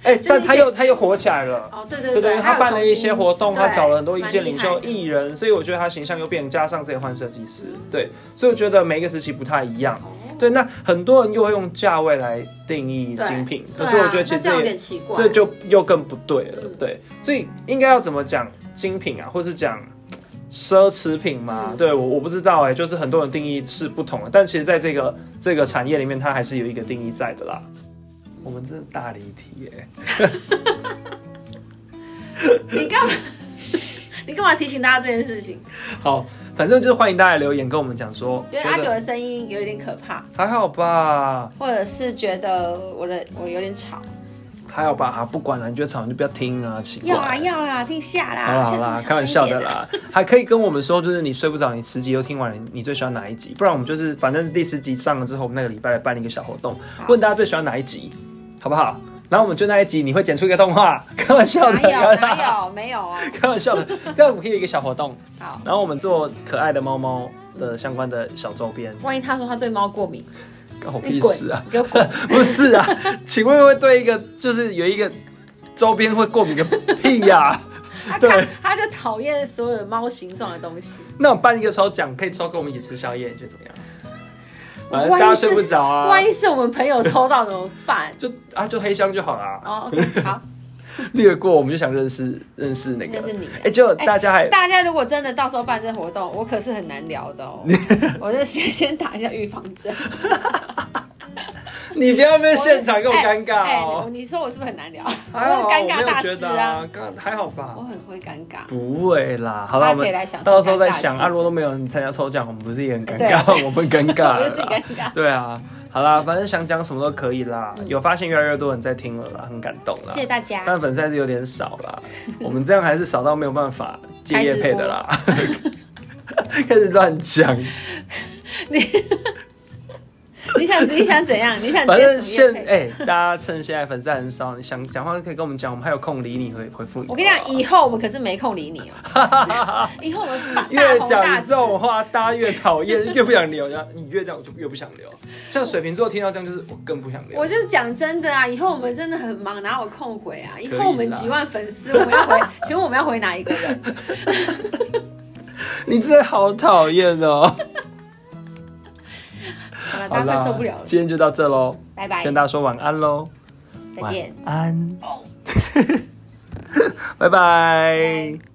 [SPEAKER 2] 哎、
[SPEAKER 1] 是
[SPEAKER 2] 但
[SPEAKER 1] 一
[SPEAKER 2] 它
[SPEAKER 1] 些
[SPEAKER 2] 又它又火起来了。
[SPEAKER 1] 哦，对
[SPEAKER 2] 对
[SPEAKER 1] 对
[SPEAKER 2] 不对，
[SPEAKER 1] 对，
[SPEAKER 2] 他
[SPEAKER 1] 有
[SPEAKER 2] 办了
[SPEAKER 1] 重
[SPEAKER 2] 一
[SPEAKER 1] 新
[SPEAKER 2] 些活动，他
[SPEAKER 1] 对
[SPEAKER 2] 找了很多意
[SPEAKER 1] 蛮
[SPEAKER 2] 见
[SPEAKER 1] 厉
[SPEAKER 2] 领
[SPEAKER 1] 害
[SPEAKER 2] 袖、
[SPEAKER 1] 的
[SPEAKER 2] 艺人，所以我觉得他形象又变，加上这也换设计师，对，所以我觉得每一个时期不太一样。对，那很多人又会用价位来定义
[SPEAKER 1] 对
[SPEAKER 2] 精品，可
[SPEAKER 1] 对
[SPEAKER 2] 是我觉得
[SPEAKER 1] 啊
[SPEAKER 2] 其
[SPEAKER 1] 那
[SPEAKER 2] 实
[SPEAKER 1] 这
[SPEAKER 2] 这
[SPEAKER 1] 样有
[SPEAKER 2] 也
[SPEAKER 1] 点奇怪，
[SPEAKER 2] 这就又更不对了
[SPEAKER 1] 嗯，
[SPEAKER 2] 对，所以应该要怎么讲精品啊，或是讲奢侈品嘛？
[SPEAKER 1] 嗯
[SPEAKER 2] 对我我不知道哎、就是很多人定义是不同的，但其实在这个这个产业里面，它还是有一个定义在的啦。我们真的大离题哎、
[SPEAKER 1] 你干嘛？ 你干嘛提醒大家这件事情？
[SPEAKER 2] 好，反正就是欢迎大家留言跟我们讲说，
[SPEAKER 1] 觉得阿九的声音有一点可怕，
[SPEAKER 2] 还好吧，
[SPEAKER 1] 或者是觉得我的我有点吵。
[SPEAKER 2] 还好吧，啊，不管了，你觉得吵你就不要听啊，奇怪。
[SPEAKER 1] 要啦要啦，听下
[SPEAKER 2] 好啦
[SPEAKER 1] 啦，
[SPEAKER 2] 好
[SPEAKER 1] 下次我们
[SPEAKER 2] 啦，
[SPEAKER 1] 啊小
[SPEAKER 2] 开玩
[SPEAKER 1] 声一
[SPEAKER 2] 笑
[SPEAKER 1] 点
[SPEAKER 2] 的。啦， 还可以跟我们说，就是你睡不着，你十集都听完了，你最喜欢哪一集？不然我们就是，反正是第十集上了之后，我们那个礼拜来办一个小活动，
[SPEAKER 1] 好
[SPEAKER 2] 问大家最喜欢哪一集，好不好？然后我们就那一集你会剪出一个动画， 开玩笑的，
[SPEAKER 1] 哪有
[SPEAKER 2] 开玩笑
[SPEAKER 1] 哪有没有哦，
[SPEAKER 2] 开玩笑的，这样我们可以有一个小活动，
[SPEAKER 1] 好。
[SPEAKER 2] 然后我们做可爱的猫猫的相关的小周边，
[SPEAKER 1] 万一他说他对猫过敏，
[SPEAKER 2] 关我
[SPEAKER 1] 你
[SPEAKER 2] 屁
[SPEAKER 1] 滚
[SPEAKER 2] 事啊！，
[SPEAKER 1] 你给我滚！
[SPEAKER 2] 不是啊，请问会对一个就是有一个周边会过敏个屁啊呀、
[SPEAKER 1] 他
[SPEAKER 2] 对
[SPEAKER 1] 看他就讨厌所有猫形状的东西。
[SPEAKER 2] 那我办一个抽奖，可以抽跟我们一起吃宵夜，你觉得怎么样？反正
[SPEAKER 1] 万一
[SPEAKER 2] 大家
[SPEAKER 1] 是
[SPEAKER 2] 睡不着啊，？
[SPEAKER 1] 万一是我们朋友抽到怎么办
[SPEAKER 2] 就啊就黑箱就好啦，
[SPEAKER 1] 哦，OK，好，
[SPEAKER 2] 略过我们就想认识认识那个
[SPEAKER 1] 那是你。
[SPEAKER 2] 哎、结果大家还、
[SPEAKER 1] 大家如果真的到时候办这活动，我可是很难聊的 哦。我就先先打一下预防针。
[SPEAKER 2] 你不要在现场给我
[SPEAKER 1] 哎
[SPEAKER 2] 尴尬
[SPEAKER 1] 哎
[SPEAKER 2] 哦、
[SPEAKER 1] 你你说我是不是很难聊？
[SPEAKER 2] 还好啊
[SPEAKER 1] 哎我是尴
[SPEAKER 2] 我
[SPEAKER 1] 尬
[SPEAKER 2] 没有
[SPEAKER 1] 大
[SPEAKER 2] 觉
[SPEAKER 1] 师
[SPEAKER 2] 得
[SPEAKER 1] 啊，
[SPEAKER 2] 啊，刚还好吧
[SPEAKER 1] 我。很会尴尬。
[SPEAKER 2] 不会啦，好了，
[SPEAKER 1] 大
[SPEAKER 2] 我
[SPEAKER 1] 家可以
[SPEAKER 2] 们
[SPEAKER 1] 来享受
[SPEAKER 2] 到时候再
[SPEAKER 1] 尴尬
[SPEAKER 2] 想。
[SPEAKER 1] 气
[SPEAKER 2] 啊，如果都没有人参加抽奖，我们不是也很尴
[SPEAKER 1] 对
[SPEAKER 2] 尬？我们更尴尬
[SPEAKER 1] 我
[SPEAKER 2] 了
[SPEAKER 1] 就自己
[SPEAKER 2] 啦。
[SPEAKER 1] 尴尬。
[SPEAKER 2] 对啊，好啦，反正想讲什么都可以啦。
[SPEAKER 1] 嗯
[SPEAKER 2] 有发现越来越多人在听了啦，很感动啦。
[SPEAKER 1] 谢谢大家。
[SPEAKER 2] 但粉丝还是有点少 啦，我们这样还是少到没有办法接业配的啦。 开始乱 讲，
[SPEAKER 1] 你想你想怎样？你想
[SPEAKER 2] 反
[SPEAKER 1] 接
[SPEAKER 2] 正
[SPEAKER 1] 什
[SPEAKER 2] 现
[SPEAKER 1] 么业配？
[SPEAKER 2] 哎、大家趁现在粉丝还很少，你想讲话可以跟我们讲，我们还有空理你回回复你。
[SPEAKER 1] 我跟你讲，以后我们可是没空理你哦。以后我们把大
[SPEAKER 2] 越
[SPEAKER 1] 红大
[SPEAKER 2] 讲
[SPEAKER 1] 紫
[SPEAKER 2] 这。种话，大家越讨厌，越不想 留。然后你越这样，我就越不想留。像水瓶座听到这样，就是我更不想留
[SPEAKER 1] 我。就是讲真的啊，以后我们真的很忙，哪有空回啊？以
[SPEAKER 2] 可以啦
[SPEAKER 1] 后我们几万粉丝，我们要回，请问我们要回哪一个人？
[SPEAKER 2] 你真的好讨厌哦！
[SPEAKER 1] 好了，
[SPEAKER 2] 好
[SPEAKER 1] 大家
[SPEAKER 2] 啦
[SPEAKER 1] 快受不了了，
[SPEAKER 2] 今天就到这喽，
[SPEAKER 1] 拜拜，
[SPEAKER 2] 跟大家说晚安喽，
[SPEAKER 1] 再见。
[SPEAKER 2] 晚安，
[SPEAKER 1] 哦
[SPEAKER 2] 拜拜
[SPEAKER 1] 拜